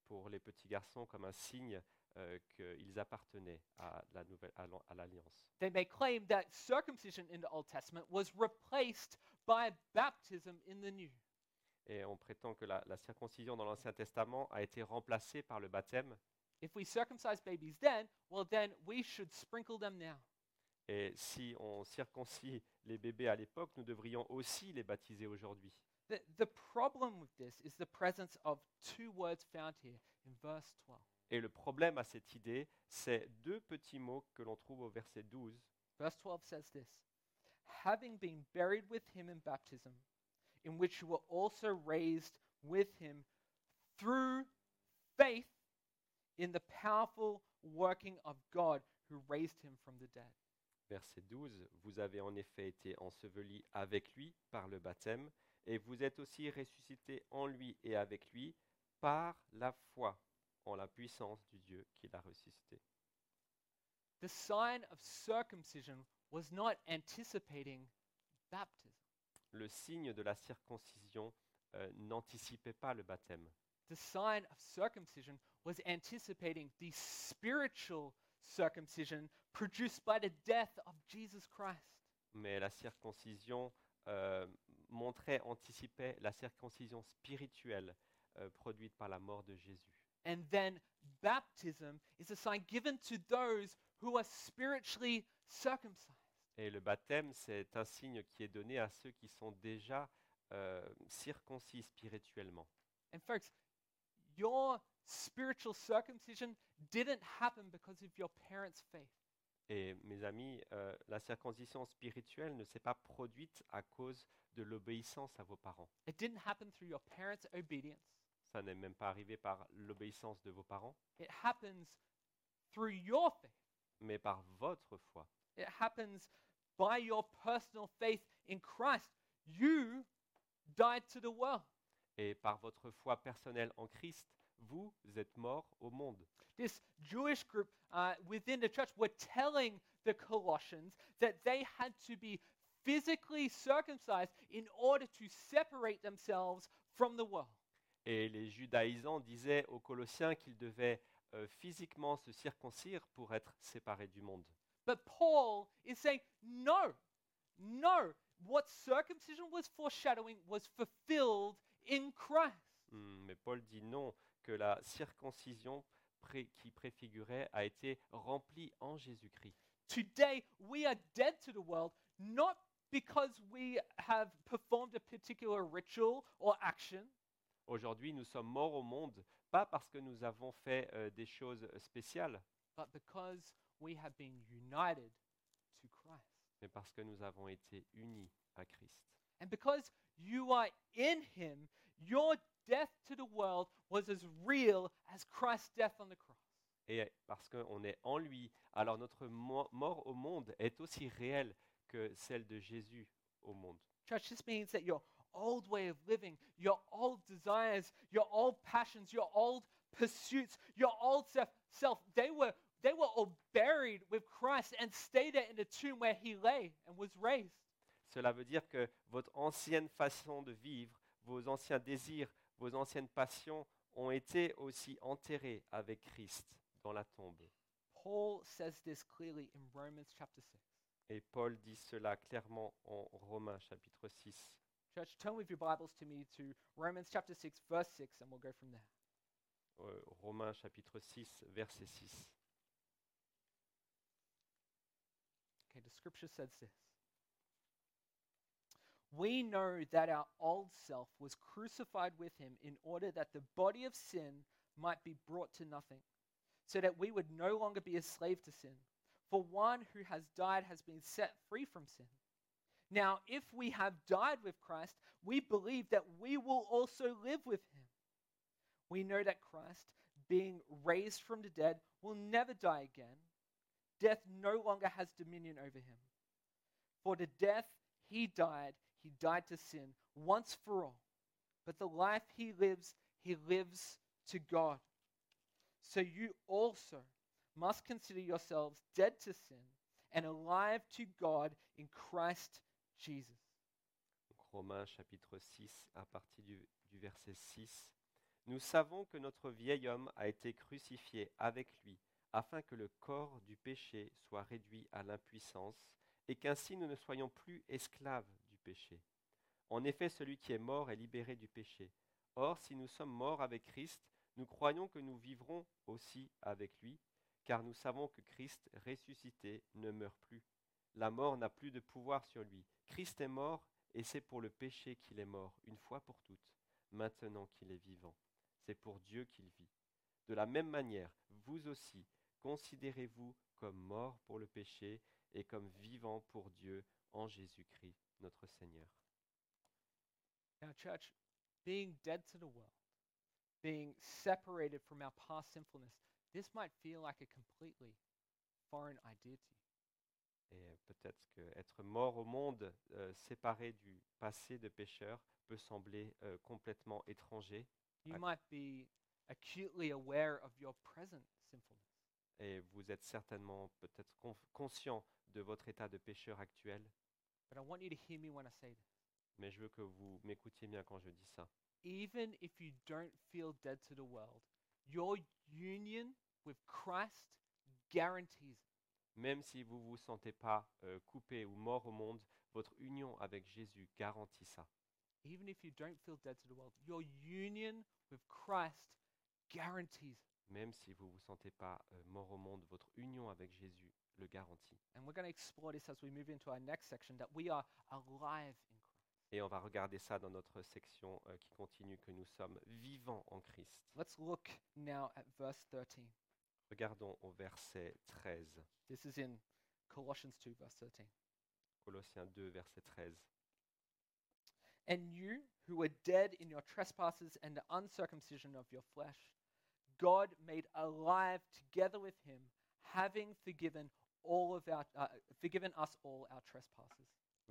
S2: Pour les petits garçons comme un signe euh, qu'ils appartenaient à la nouvelle à l'an- à l'alliance.
S1: They may claim that circumcision in the Old Testament was replaced by baptism in the New.
S2: Et on prétend que la, la circoncision dans l'Ancien Testament a été remplacée par le baptême.
S1: If we circumcise babies then, well, then we should sprinkle them now.
S2: Et si on circoncit les bébés à l'époque, nous devrions aussi les baptiser aujourd'hui.
S1: The, the problem with this is the presence of two words found here in verse 12.
S2: Et le problème à cette idée, c'est deux petits mots que l'on trouve au verset 12.
S1: Verse 12 says this Having been buried with him in baptism, in which you were also raised with him through faith in the powerful working of God who raised him from the dead.
S2: Verset 12, vous avez en effet été ensevelis avec lui par le baptême, et vous êtes aussi ressuscités en lui et avec lui par la foi en la puissance du Dieu qui l'a ressuscité.
S1: The sign of circumcision was not anticipating baptism.
S2: Le signe de la circoncision euh, n'anticipait pas le baptême.
S1: The sign of circumcision was anticipating the spiritual circumcision produced by the death of Jesus Christ.
S2: mais la circoncision euh, montrait, anticipait la circoncision spirituelle euh, produite par la mort de Jésus.
S1: And then baptism is a sign given to those who are spiritually circumcised.
S2: Et le baptême, c'est un signe qui est donné à ceux qui sont déjà euh, circoncis spirituellement.
S1: And folks, your spiritual circumcision didn't happen because of your parents' faith.
S2: Et mes amis, euh, la circoncision spirituelle ne s'est pas produite à cause de l'obéissance à vos parents.
S1: It didn't happen through your parents' obedience.
S2: Ça n'est même pas arrivé par l'obéissance de vos parents,
S1: It happens through your faith.
S2: mais par votre foi.
S1: It happens by your personal faith in Christ. You died to the world.
S2: Et par votre foi personnelle en Christ, vous êtes morts au monde.
S1: this Jewish group uh, within the church were telling the Colossians that they had to be physically circumcised in order to separate themselves from the world.
S2: Et les judaïsants disaient aux Colossiens qu'ils devaient euh, physiquement se circoncire pour être séparés du monde.
S1: But Paul is saying, no, no, what circumcision was foreshadowing was fulfilled in Christ.
S2: Hmm, Mais Paul dit non, que la circoncision pré- qui préfigurait a été remplie en Jésus-Christ.
S1: Today, we are dead to the world, not because we have performed a particular ritual or action,
S2: Aujourd'hui, nous sommes morts au monde, pas parce que nous avons fait euh, des choses spéciales,
S1: but because we have been united to Christ.
S2: mais parce que nous avons été unis à Christ.
S1: And because you are in him, your death to the world was as real as Christ's death on the cross.
S2: Et parce qu'on est en lui, alors notre mo- mort au monde est aussi réelle que celle de Jésus au monde.
S1: Church, this means that your old way of living, your old desires, your old passions, your old pursuits, your old self, self they were they were all buried with Christ and stayed there in the tomb where he lay and was raised.
S2: Cela veut dire que votre ancienne façon de vivre, vos anciens désirs, vos anciennes passions ont été aussi enterrés avec Christ dans la tombe.
S1: Paul says this clearly in Romans chapter 6.
S2: Et Paul dit cela clairement en Romains chapitre 6.
S1: Church, turn with your Bibles to me to Romans chapter 6, verse 6, and we'll go from there.
S2: Euh, Romains chapitre 6, verset 6.
S1: Okay, the scripture says this We know that our old self was crucified with him in order that the body of sin might be brought to nothing, so that we would no longer be a slave to sin. For one who has died has been set free from sin. Now, if we have died with Christ, we believe that we will also live with him. We know that Christ, being raised from the dead, will never die again death no longer has dominion over him. For to death he died, he died to sin once for all. But the life he lives, he lives to God. So you also must consider yourselves dead to sin and alive to God in Christ Jesus.
S2: Donc, Romains chapitre 6, à partir du, du verset 6. Nous savons que notre vieil homme a été crucifié avec lui, afin que le corps du péché soit réduit à l'impuissance, et qu'ainsi nous ne soyons plus esclaves du péché. En effet, celui qui est mort est libéré du péché. Or, si nous sommes morts avec Christ, nous croyons que nous vivrons aussi avec lui, car nous savons que Christ ressuscité ne meurt plus. La mort n'a plus de pouvoir sur lui. Christ est mort, et c'est pour le péché qu'il est mort, une fois pour toutes, maintenant qu'il est vivant. C'est pour Dieu qu'il vit. De la même manière, vous aussi, considérez-vous comme morts pour le péché et comme vivants pour Dieu en Jésus-Christ, notre Seigneur.
S1: Now, church, being dead to the world, being separated from our past sinfulness, this might feel like a completely foreign idea to you.
S2: Et euh, peut-être que être mort au monde, euh, séparé du passé de pécheur, peut sembler euh, complètement étranger.
S1: You
S2: Ac-
S1: might be acutely aware of your present sinfulness.
S2: Et vous êtes certainement peut-être con- conscient de votre état de pécheur actuel.
S1: But I want you to hear me when I say this.
S2: Mais je veux que vous m'écoutiez bien quand je dis ça.
S1: Even if you don't feel dead to the world, your union with Christ guarantees it.
S2: Même si vous ne vous sentez pas euh, coupé ou mort au monde, votre union avec Jésus garantit ça.
S1: Even if you don't feel dead to the world, your union with Christ guarantees it.
S2: Même si vous ne vous sentez pas euh, mort au monde, votre union avec Jésus le garantit.
S1: And we're going to explore this as we move into our next section that we are alive in Christ.
S2: Et on va regarder ça dans notre section euh, qui continue que nous sommes vivants en Christ.
S1: Let's look now at verse 13.
S2: Regardons au verset 13,
S1: This is in Colossians 2, verse 13.
S2: Colossiens 2, verset 13.
S1: And you, who were dead in your trespasses and the uncircumcision of your flesh, God made alive together with him, having forgiven all of our, uh, forgiven us all our trespasses.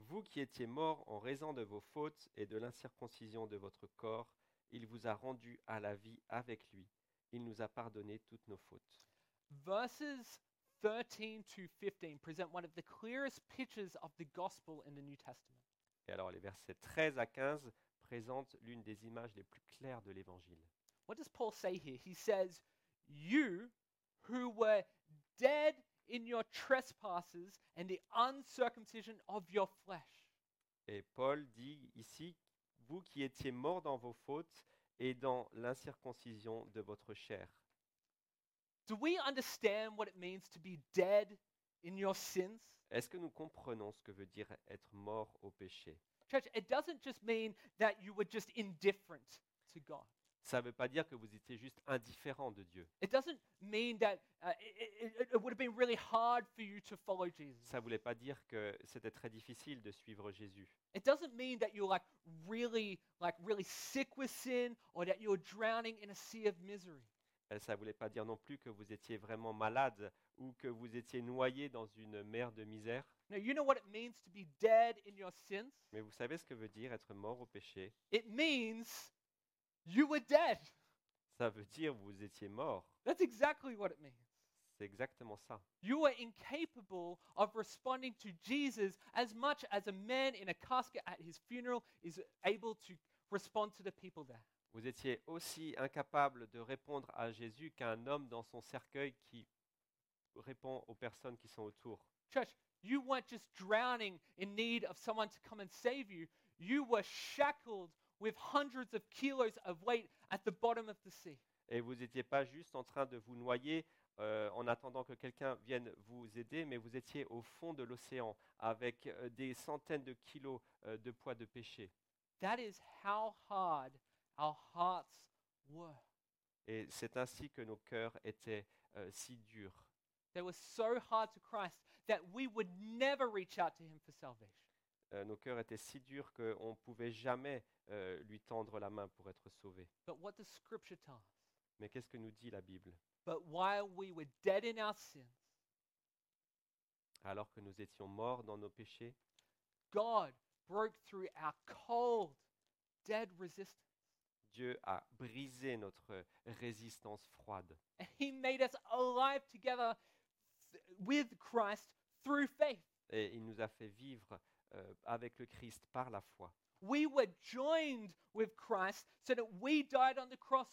S2: Vous qui étiez morts en raison de vos fautes et de l'incirconcision de votre corps, il vous a rendu à la vie avec lui. Il nous a pardonné toutes nos fautes.
S1: Verses 13 to 15 present one of the clearest pictures of the gospel in the New Testament.
S2: Et alors les versets 13 à 15 présentent l'une des images les plus claires de l'Évangile.
S1: What does Paul say here? He says, You who were dead in your trespasses and the uncircumcision of your flesh.
S2: Et Paul dit ici, vous qui étiez morts dans vos fautes et dans l'incirconcision de votre chair.
S1: Do we understand what it means to be dead in your sins?
S2: Est-ce que nous comprenons ce que veut dire être mort au péché
S1: Church, it doesn't just mean that you were just indifferent to God.
S2: Ça ne veut pas dire que vous étiez juste indifférent de Dieu.
S1: It doesn't mean that uh, it, it, it would have been really hard for you to follow Jesus.
S2: Ça ne voulait pas dire que c'était très difficile de suivre Jésus.
S1: It doesn't mean that you're like really, like really sick with sin or that you're drowning in a sea of misery.
S2: Euh, Ça ne voulait pas dire non plus que vous étiez vraiment malade ou que vous étiez noyé dans une mer de misère.
S1: No, you know what it means to be dead in your sins?
S2: Mais vous savez ce que veut dire être mort au péché
S1: It means you were dead.
S2: Ça veut dire vous étiez mort.
S1: That's exactly what it means.
S2: C'est exactement ça.
S1: You were incapable of responding to Jesus as much as a man in a casket at his funeral is able to respond to the people there.
S2: Vous étiez aussi incapable de répondre à Jésus qu'un homme dans son cercueil qui répond aux personnes qui sont autour.
S1: Church, you weren't just drowning in need of someone to come and save you, you were shackled with hundreds of kilos of weight at the bottom of the sea.
S2: Et vous n'étiez pas juste en train de vous noyer euh, en attendant que quelqu'un vienne vous aider, mais vous étiez au fond de l'océan avec euh, des centaines de kilos euh, de poids de péché.
S1: That is how hard our hearts were.
S2: Et c'est ainsi que nos cœurs étaient euh, si durs.
S1: They were so hard to Christ that we would never reach out to him for salvation.
S2: Euh, nos cœurs étaient si durs qu'on ne pouvait jamais euh, lui tendre la main pour être sauvé.
S1: But what does Scripture tell us?
S2: Mais qu'est-ce que nous dit la Bible
S1: But while we were dead in our sins,
S2: alors que nous étions morts dans nos péchés,
S1: God broke through our cold, dead resistance.
S2: Dieu a brisé notre résistance froide
S1: And He made us alive together th- with Christ through faith.
S2: et il nous a fait vivre euh, avec le Christ par la foi.
S1: we were joined with Christ so that we died on the cross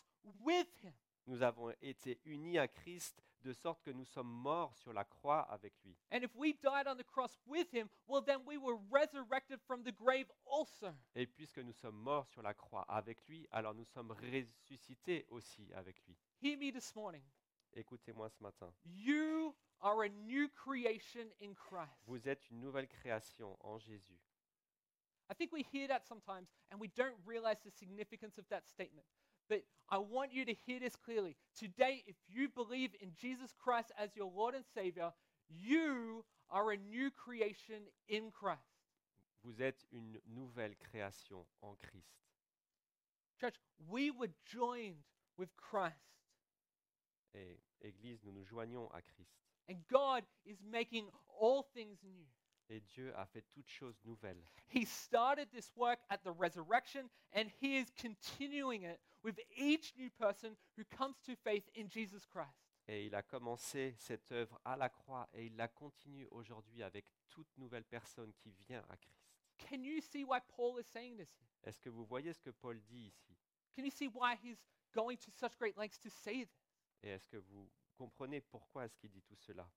S1: with him.
S2: Nous avons été unis à Christ de sorte que nous sommes morts sur la croix avec lui.
S1: And if we died on the cross with him, well, then we were resurrected from the grave also.
S2: Et puisque nous sommes morts sur la croix avec lui, alors nous sommes ressuscités aussi avec lui.
S1: Hear me this morning.
S2: Écoutez-moi ce matin.
S1: You are a new creation in Christ.
S2: Vous êtes une nouvelle création en Jésus.
S1: I think we hear that sometimes and we don't realize the significance of that statement. But I want you to hear this clearly. Today, if you believe in Jesus Christ as your Lord and Savior, you are a new creation in Christ.
S2: Vous êtes une nouvelle création en Christ.
S1: Church, we were joined with Christ,
S2: Et Église, nous nous joignons à Christ.
S1: and God is making all things new.
S2: Et Dieu a fait toutes choses nouvelles.
S1: He started this work at the resurrection, and He is continuing it with each new person who comes to faith in Jesus Christ.
S2: Et il a commencé cette œuvre à la croix et il la continue aujourd'hui avec toute nouvelle personne qui vient à Christ.
S1: Can you see why Paul is saying this? here?
S2: Est-ce que vous voyez ce que Paul dit ici
S1: Can you see why he's going to such great lengths to say this?
S2: Et est-ce que vous comprenez pourquoi est-ce qu'il dit tout cela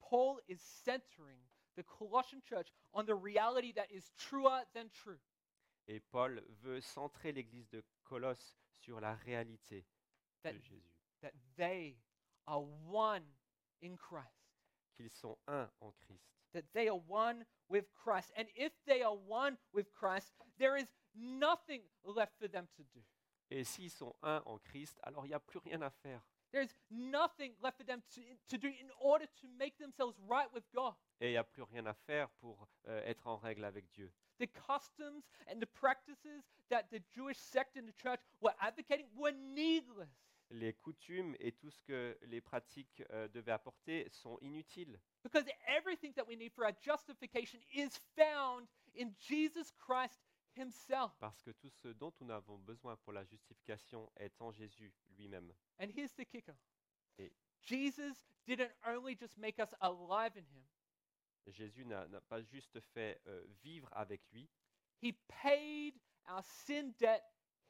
S1: Paul is centering the Colossian church on the reality that is truer than true.
S2: Et Paul veut centrer l'église de Colosse sur la réalité
S1: That,
S2: de Jésus,
S1: that they are one in Christ.
S2: qu'ils sont un en Christ.
S1: That they are one with Christ. And if they are one with Christ, there is nothing left for them to do.
S2: Et s'ils sont un en Christ, alors il n'y a plus rien à faire.
S1: There's nothing left for them to, to do in order to make themselves right with God.
S2: Et il n'y a plus rien à faire pour euh, être en règle avec Dieu.
S1: The customs and the practices that the Jewish sect in the church were advocating were needless.
S2: Les coutumes et tout ce que les pratiques euh, devaient apporter sont inutiles.
S1: Because everything that we need for our justification is found in Jesus Christ Himself.
S2: Parce que tout ce dont nous avons besoin pour la justification est en Jésus lui-même.
S1: And here's the kicker
S2: Et-
S1: Jesus didn't only just make us alive in Him,
S2: Jésus n'a n'a pas juste fait euh, vivre avec lui,
S1: He paid our sin debt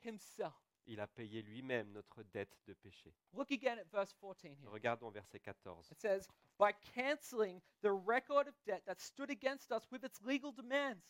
S1: Himself.
S2: il a payé lui-même notre dette de péché.
S1: Look again at verse 14 here.
S2: Regardons verset 14.
S1: It says, by canceling the record of debt that stood against us with its legal demands,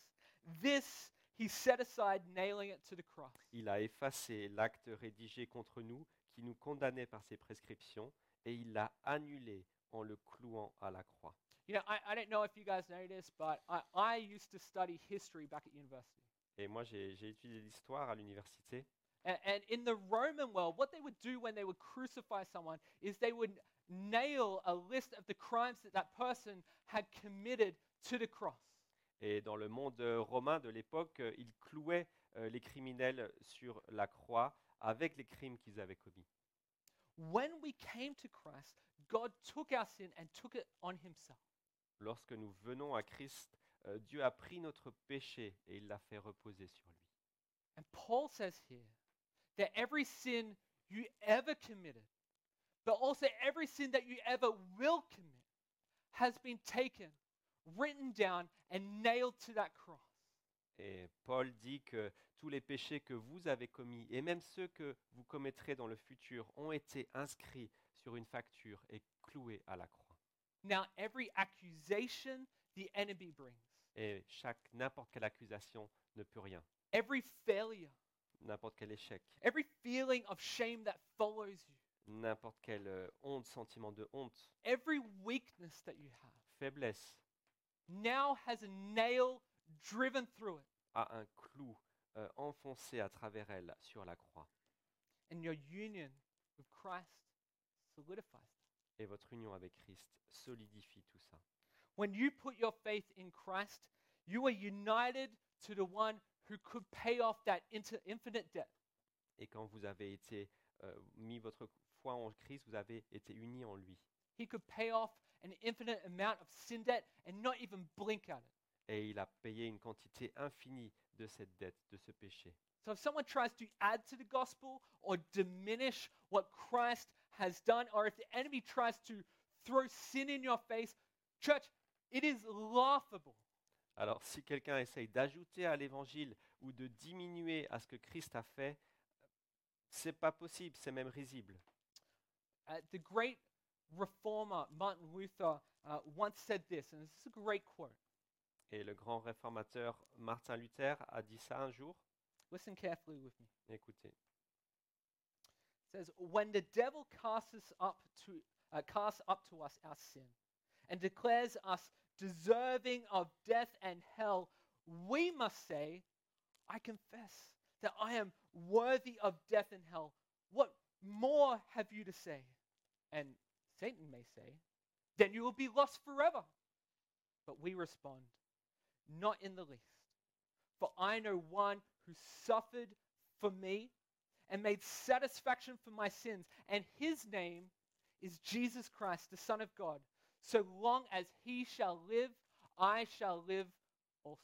S1: this he set aside, nailing it to the cross.
S2: Il a effacé l'acte rédigé contre nous qui nous condamnait par ses prescriptions et il l'a annulé en le clouant à la croix.
S1: You know, I, I don't know if you guys know this, but I, I used to study history back at university.
S2: Et moi, j'ai j'ai étudié l'histoire à l'université.
S1: And, and in the Roman world, what they would do when they would crucify someone is they would nail a list of the crimes that that person had committed to the cross.
S2: Et dans le monde euh, romain de l'époque, euh, il clouait euh, les criminels sur la croix avec les crimes qu'ils avaient commis.
S1: When we came to Christ, God took our sin and took it on himself.
S2: Lorsque nous venons à Christ, euh, Dieu a pris notre péché et il l'a fait reposer sur lui.
S1: And Paul says here that every sin you ever committed, but also every sin that you ever will commit, has been taken, written down, and nailed to that cross.
S2: Et Paul dit que tous les péchés que vous avez commis, et même ceux que vous commettrez dans le futur, ont été inscrits sur une facture et cloués à la croix.
S1: Now, every accusation the enemy brings,
S2: Et chaque, n'importe quelle accusation ne peut rien,
S1: every failure,
S2: n'importe quel échec,
S1: every feeling of shame that follows you,
S2: n'importe quelle euh, honte, sentiment de honte,
S1: every weakness that you have,
S2: faiblesse,
S1: now has a nail driven through it,
S2: a un clou euh, enfoncé à travers elle sur la croix.
S1: and your union with Christ solidifies that.
S2: Et votre union avec Christ solidifie tout ça.
S1: When you put your faith in Christ, you are united to the one who could pay off that into infinite debt.
S2: Et quand vous avez été euh, mis votre foi en Christ, vous avez été unis en lui.
S1: He could pay off an infinite amount of sin debt and not even blink at it.
S2: et il a payé une quantité infinie de cette dette, de ce péché.
S1: So if someone tries to add to the gospel or diminish what Christ has done, or if the enemy tries to throw sin in your face, church, it is laughable.
S2: Alors si quelqu'un essaye d'ajouter à l'évangile ou de diminuer à ce que Christ a fait, c'est pas possible, c'est même risible.
S1: Uh, the great reformer Martin Luther uh, once said this, and this is a great quote.
S2: Et le grand réformateur Martin Luther a dit ça un jour.
S1: Listen carefully with me.
S2: Écoutez,
S1: It says, "When the devil casts us up to uh, casts up to us our sin, and declares us deserving of death and hell, we must say, I confess that I am worthy of death and hell. What more have you to say?" And Satan may say, "Then you will be lost forever." But we respond, "Not in the least, for I know one who suffered for me." and made satisfaction for my sins. And his name is Jesus Christ, the Son of God. So long as he shall live, I shall live also.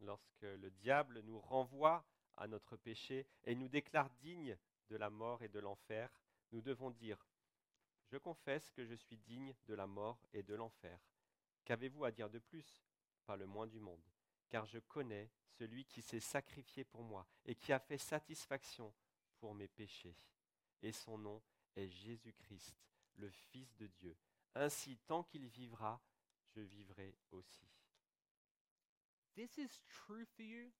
S2: lorsque le diable nous renvoie à notre péché et nous déclare dignes de la mort et de l'enfer, nous devons dire Je confesse que je suis digne de la mort et de l'enfer. Qu'avez-vous à dire de plus Pas le moins du monde. Car je connais celui qui s'est sacrifié pour moi et qui a fait satisfaction pour mes péchés. Et son nom est Jésus-Christ, le Fils de Dieu. Ainsi, tant qu'il vivra, je vivrai aussi.
S1: This is true for you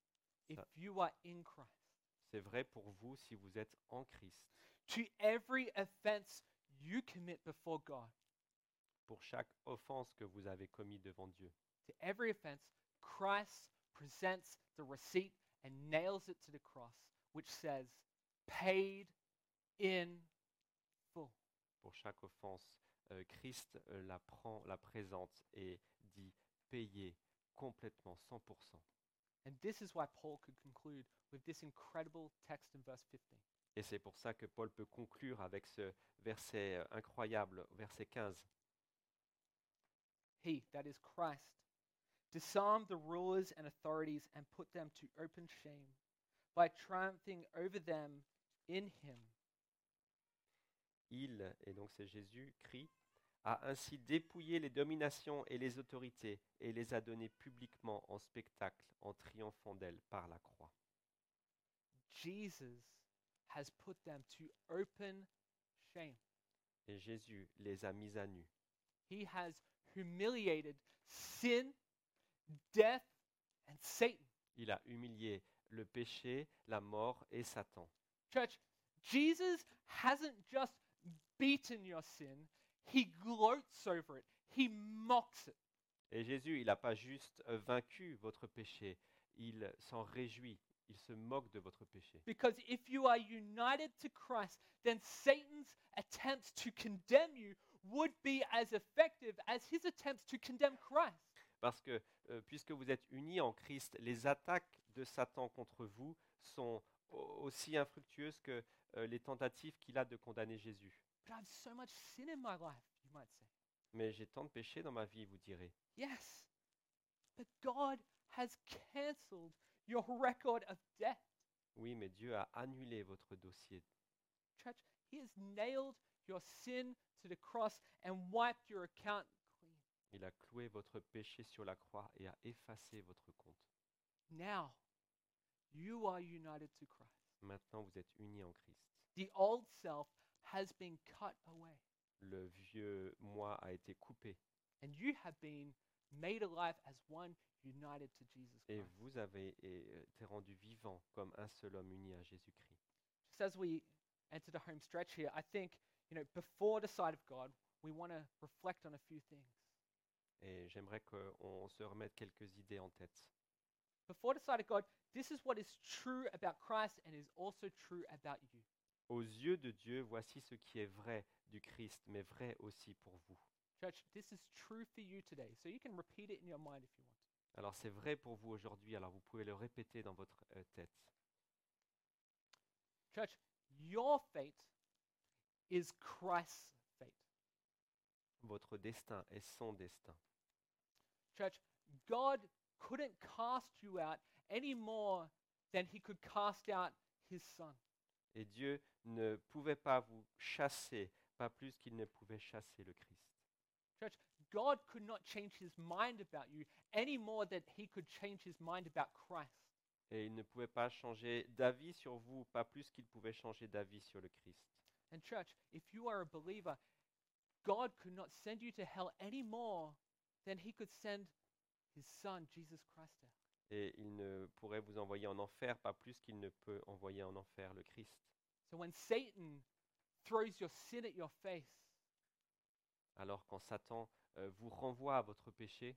S1: if
S2: Uh,
S1: you are in Christ.
S2: C'est vrai pour vous si vous êtes en Christ.
S1: To every offense you commit before God,
S2: pour chaque offense que vous avez commise devant Dieu.
S1: to every offense, Christ presents the receipt and nails it to the cross, which says, paid in full.
S2: Pour chaque offense, euh, Christ euh, la prend, la présente et dit payer complètement 100%.
S1: And this is why Paul could conclude with this incredible text in verse 15.
S2: Et c'est pour ça que Paul peut conclure avec ce verset euh, incroyable, verset 15.
S1: He, that is Christ, disarmed the rulers and authorities and put them to open shame by triumphing over them in him.
S2: Il, et donc c'est Jésus, crie, a ainsi dépouillé les dominations et les autorités et les a données publiquement en spectacle en triomphant d'elles par la croix.
S1: Jesus has put them to open shame.
S2: Et Jésus les a mises à nu.
S1: He has humiliated sin, death, and Satan.
S2: Il a humilié le péché, la mort et Satan.
S1: Church, Jesus hasn't just beaten your sin, he gloats over it, he mocks it.
S2: Et Jésus, il n'a pas juste euh, vaincu votre péché, il s'en réjouit, il se moque de votre péché.
S1: Because if you are united to Christ, then Satan's attempts to condemn you would be as effective as his attempts to condemn Christ.
S2: Parce que euh, puisque vous êtes unis en Christ, les attaques de Satan contre vous sont au- aussi infructueuses que euh, les tentatives qu'il a de condamner Jésus.
S1: But I have so much sin in my life, you might say.
S2: Mais j'ai tant de péchés dans ma vie, vous direz.
S1: Yes. But God has cancelled your record of death.
S2: Oui, mais Dieu a annulé votre dossier.
S1: Church, he has nailed your sin to the cross and wiped your account clean.
S2: Il a cloué votre péché sur la croix et a effacé votre compte.
S1: Now, you are united to Christ.
S2: Maintenant, vous êtes unis en Christ.
S1: The old self has been cut away,
S2: Le vieux moi a été coupé
S1: and you have been made alive as one united to Jesus
S2: et
S1: Christ.
S2: vous avez été rendu vivant comme un seul homme uni à Jésus-Christ.
S1: Just as we enter the home stretch here, I think, you know, before the sight of God, we want to reflect on a few things.
S2: Et j'aimerais qu'on se remette quelques idées en tête.
S1: Before the sight of God, this is what is true about Christ and is also true about you.
S2: Aux yeux de Dieu, voici ce qui est vrai du Christ, mais vrai aussi pour vous.
S1: Church, this is true for you today. So you can repeat it in your mind if you want.
S2: Alors c'est vrai pour vous aujourd'hui, alors vous pouvez le répéter dans votre euh, tête.
S1: Church, your fate is Christ's fate.
S2: Votre destin est son destin.
S1: Church, God couldn't cast you out any more than he could cast out his son.
S2: Et Dieu ne pouvait pas vous chasser, pas plus qu'il ne pouvait chasser le Christ.
S1: Church, God could not change his mind about you any more than he could change his mind about Christ.
S2: Et il ne pouvait pas changer d'avis sur vous, pas plus qu'il pouvait changer d'avis sur le Christ.
S1: And, church, if you are a believer, God could not send you to hell any more than he could send his son, Jesus Christ, there.
S2: Et il ne pourrait vous envoyer en enfer, pas plus qu'il ne peut envoyer en enfer le Christ.
S1: So when Satan throws your sin at your face,
S2: Alors quand Satan euh, vous renvoie à votre péché,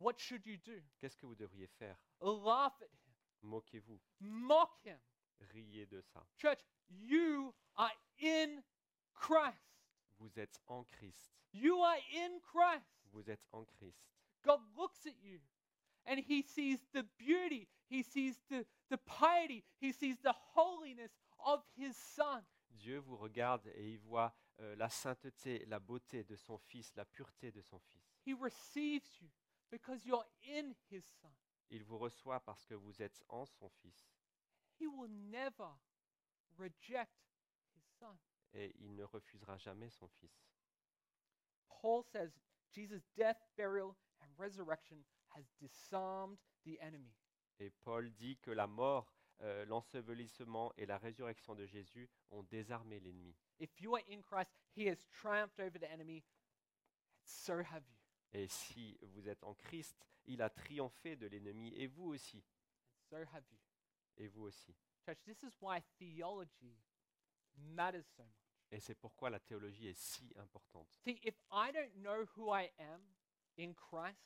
S1: what should you do?
S2: qu'est-ce que vous devriez faire
S1: Laugh at him,
S2: Moquez-vous,
S1: mock him.
S2: riez de ça.
S1: Church, you are in Christ.
S2: Vous êtes en Christ.
S1: You are in Christ.
S2: Vous êtes en Christ.
S1: God looks at you and he sees the beauty, he sees the, the piety, he sees the holiness of his son.
S2: Dieu vous regarde et il voit euh, la sainteté, la beauté de son Fils, la pureté de son Fils.
S1: He receives you because you're in his son.
S2: Il vous reçoit parce que vous êtes en son Fils
S1: He will never reject his son.
S2: et il ne refusera jamais son Fils.
S1: Paul says Jesus' death, burial, and resurrection has disarmed the enemy.
S2: Et Paul dit que la mort, euh, l'ensevelissement et la résurrection de Jésus ont désarmé l'ennemi.
S1: If you are in Christ, he has triumphed over the enemy, and so have you.
S2: Et si vous êtes en Christ, il a triomphé de l'ennemi et vous aussi.
S1: And so have you.
S2: Et vous aussi.
S1: Church, this is why theology matters so much.
S2: Et c'est pourquoi la théologie est si importante.
S1: See, if I don't know who I am in Christ,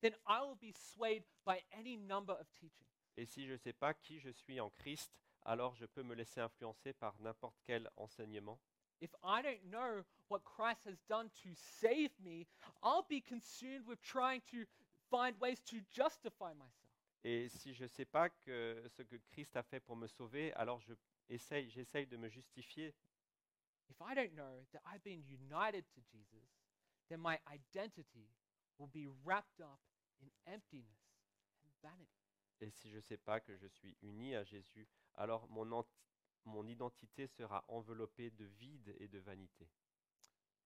S1: then I will be swayed by any number of teaching.
S2: Et si je ne sais pas qui je suis en Christ, alors je peux me laisser influencer par n'importe quel enseignement.
S1: If I don't know what Christ has done to save me, I'll be consumed with trying to find ways to justify myself.
S2: Et si je ne sais pas que ce que Christ a fait pour me sauver, alors je essaye, j'essaye de me justifier.
S1: If I don't know that I've been united to Jesus, then my identity will be wrapped up in emptiness and vanity.
S2: Et si je ne sais pas que je suis uni à Jésus, alors mon, ent- mon identité sera enveloppée de vide et de vanité.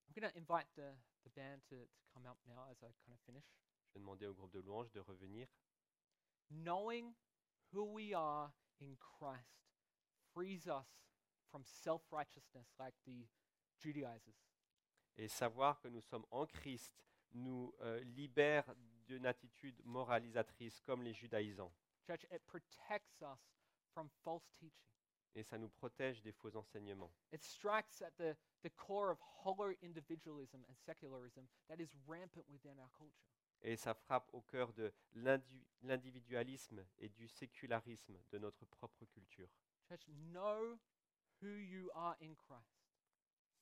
S1: I'm going to invite the, the band to, to come up now as I kind of finish.
S2: Je vais demander au groupe de louanges de revenir.
S1: Knowing who we are in Christ frees us from self righteousness like the Judaizers.
S2: Et savoir que nous sommes en Christ nous euh, libère d'une attitude moralisatrice comme les judaïsants.
S1: Church, it protects us from false teaching.
S2: Et ça nous protège des faux enseignements.
S1: It strikes at the, the core of hollow individualism and secularism that is rampant within our culture.
S2: Et ça frappe au cœur de l'indu- l'individualisme et du sécularisme de notre propre culture.
S1: Church, know who you are in Christ.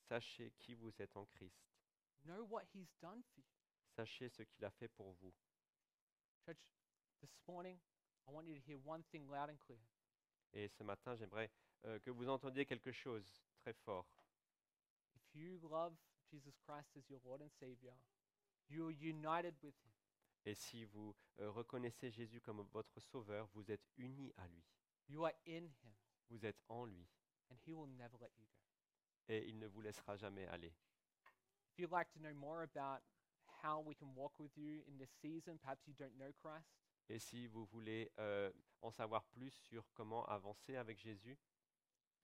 S2: Sachez qui vous êtes en Christ.
S1: Know what He's done for you.
S2: Sachez ce qu'il a fait pour vous.
S1: Church, this morning, I want you to hear one thing loud and clear.
S2: Et ce matin, j'aimerais euh, que vous entendiez quelque chose très fort.
S1: If you love Jesus Christ as your Lord and Savior, you are united with Him.
S2: Et si vous euh, reconnaissez Jésus comme votre sauveur, vous êtes unis à lui.
S1: You are in Him,
S2: Vous êtes en lui.
S1: and He will never let you go.
S2: Et il ne vous laissera jamais aller.
S1: If you'd like to know more about how we can walk with you in this season, perhaps you don't know Christ,
S2: Et si vous voulez euh, en savoir plus sur comment avancer avec Jésus,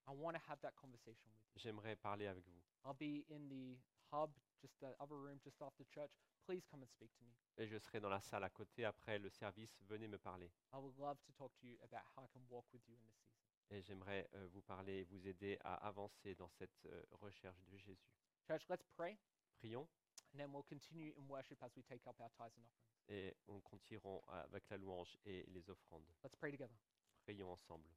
S1: I want to have that conversation with you.
S2: j'aimerais parler avec vous.
S1: I'll be in the hub, just the other room, just after church. Please come and speak to me.
S2: Et je serai dans la salle à côté après le service. Venez me parler.
S1: I would love to talk to you about how I can walk with you in this season.
S2: Et j'aimerais euh, vous parler et vous aider à avancer dans cette euh, recherche de Jésus.
S1: Church, let's pray,
S2: Prions
S1: and then we'll continue in worship as we take up our tithes and offerings.
S2: et on continuerons avec la louange et les offrandes.
S1: Let's pray together.
S2: Prions ensemble.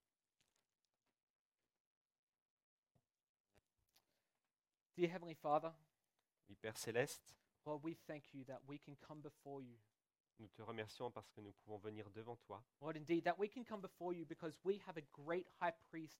S1: Dear Heavenly Father,
S2: Oui, Père céleste,
S1: Lord, we thank you that we can come before you.
S2: nous te remercions parce que nous pouvons venir devant toi.
S1: Lord, indeed, that we can come before you because we have a great high priest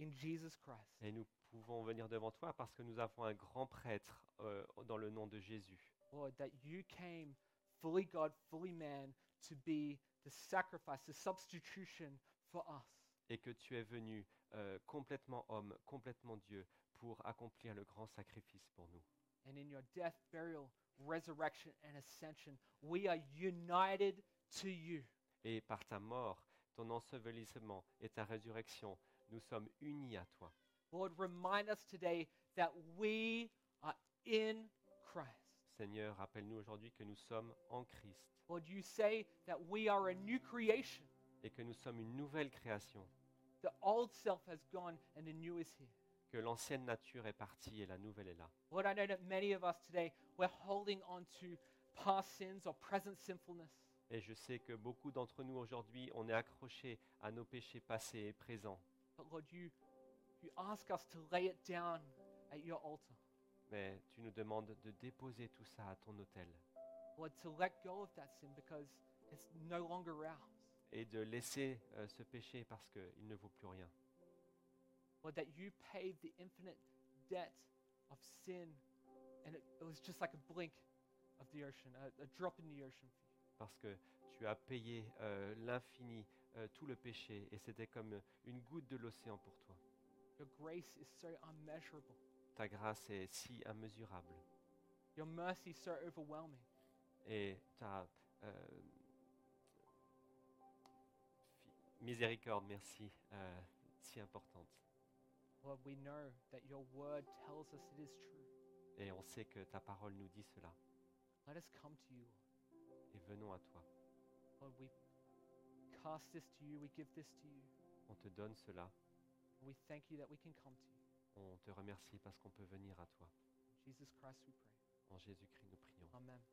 S1: in Jesus Christ.
S2: Et nous pouvons venir devant toi parce que nous avons un grand prêtre euh, dans le nom de Jésus.
S1: Lord, that you came fully God, fully man to be the sacrifice, the substitution for us.
S2: Et que tu es venu euh, complètement homme, complètement Dieu, pour accomplir le grand sacrifice pour nous.
S1: And in your death, burial, resurrection, and ascension. We are united to you.
S2: Et par ta mort, ton ensevelissement et ta résurrection, nous sommes unis à toi.
S1: Lord, remind us today that we are in Christ.
S2: Seigneur, rappelle-nous aujourd'hui que nous sommes en Christ
S1: Lord, you say that we are a new creation.
S2: et que nous sommes une nouvelle création,
S1: The old self has gone and the new is here.
S2: que l'ancienne nature est partie et la nouvelle est là.
S1: Lord, I know that many of us today, we're holding on to past sins or present sinfulness.
S2: Et je sais que beaucoup d'entre nous aujourd'hui, on est accrochés à nos péchés passés et présents.
S1: But Lord, you, you ask us to lay it down at your altar.
S2: Mais tu nous demandes de déposer tout ça à ton autel
S1: Lord, to let go of that sin because it's no longer ours.
S2: et de laisser euh, ce péché parce qu'il ne vaut plus rien.
S1: Lord, that you paid the infinite debt of sin, and it, it was just like a blink of the ocean, a, a drop in the ocean. for you.
S2: Parce que tu as payé euh, l'infini, euh, tout le péché, et c'était comme une goutte de l'océan pour toi.
S1: Your grace is so unmeasurable,
S2: Ta grâce est si immesurable
S1: your mercy so overwhelming.
S2: et ta euh, fi- miséricorde, merci, euh, si importante.
S1: Lord, we know that your word tells us it is true.
S2: Et on sait que ta parole nous dit cela.
S1: Let us come to you, Lord.
S2: Et venons à toi.
S1: Lord, we cast this to you, we give this to you.
S2: On te donne cela.
S1: We thank you that we can come to you.
S2: On te remercie parce qu'on peut venir à toi.
S1: In Jesus Christ, we pray.
S2: En Jésus-Christ, nous prions.
S1: Amen.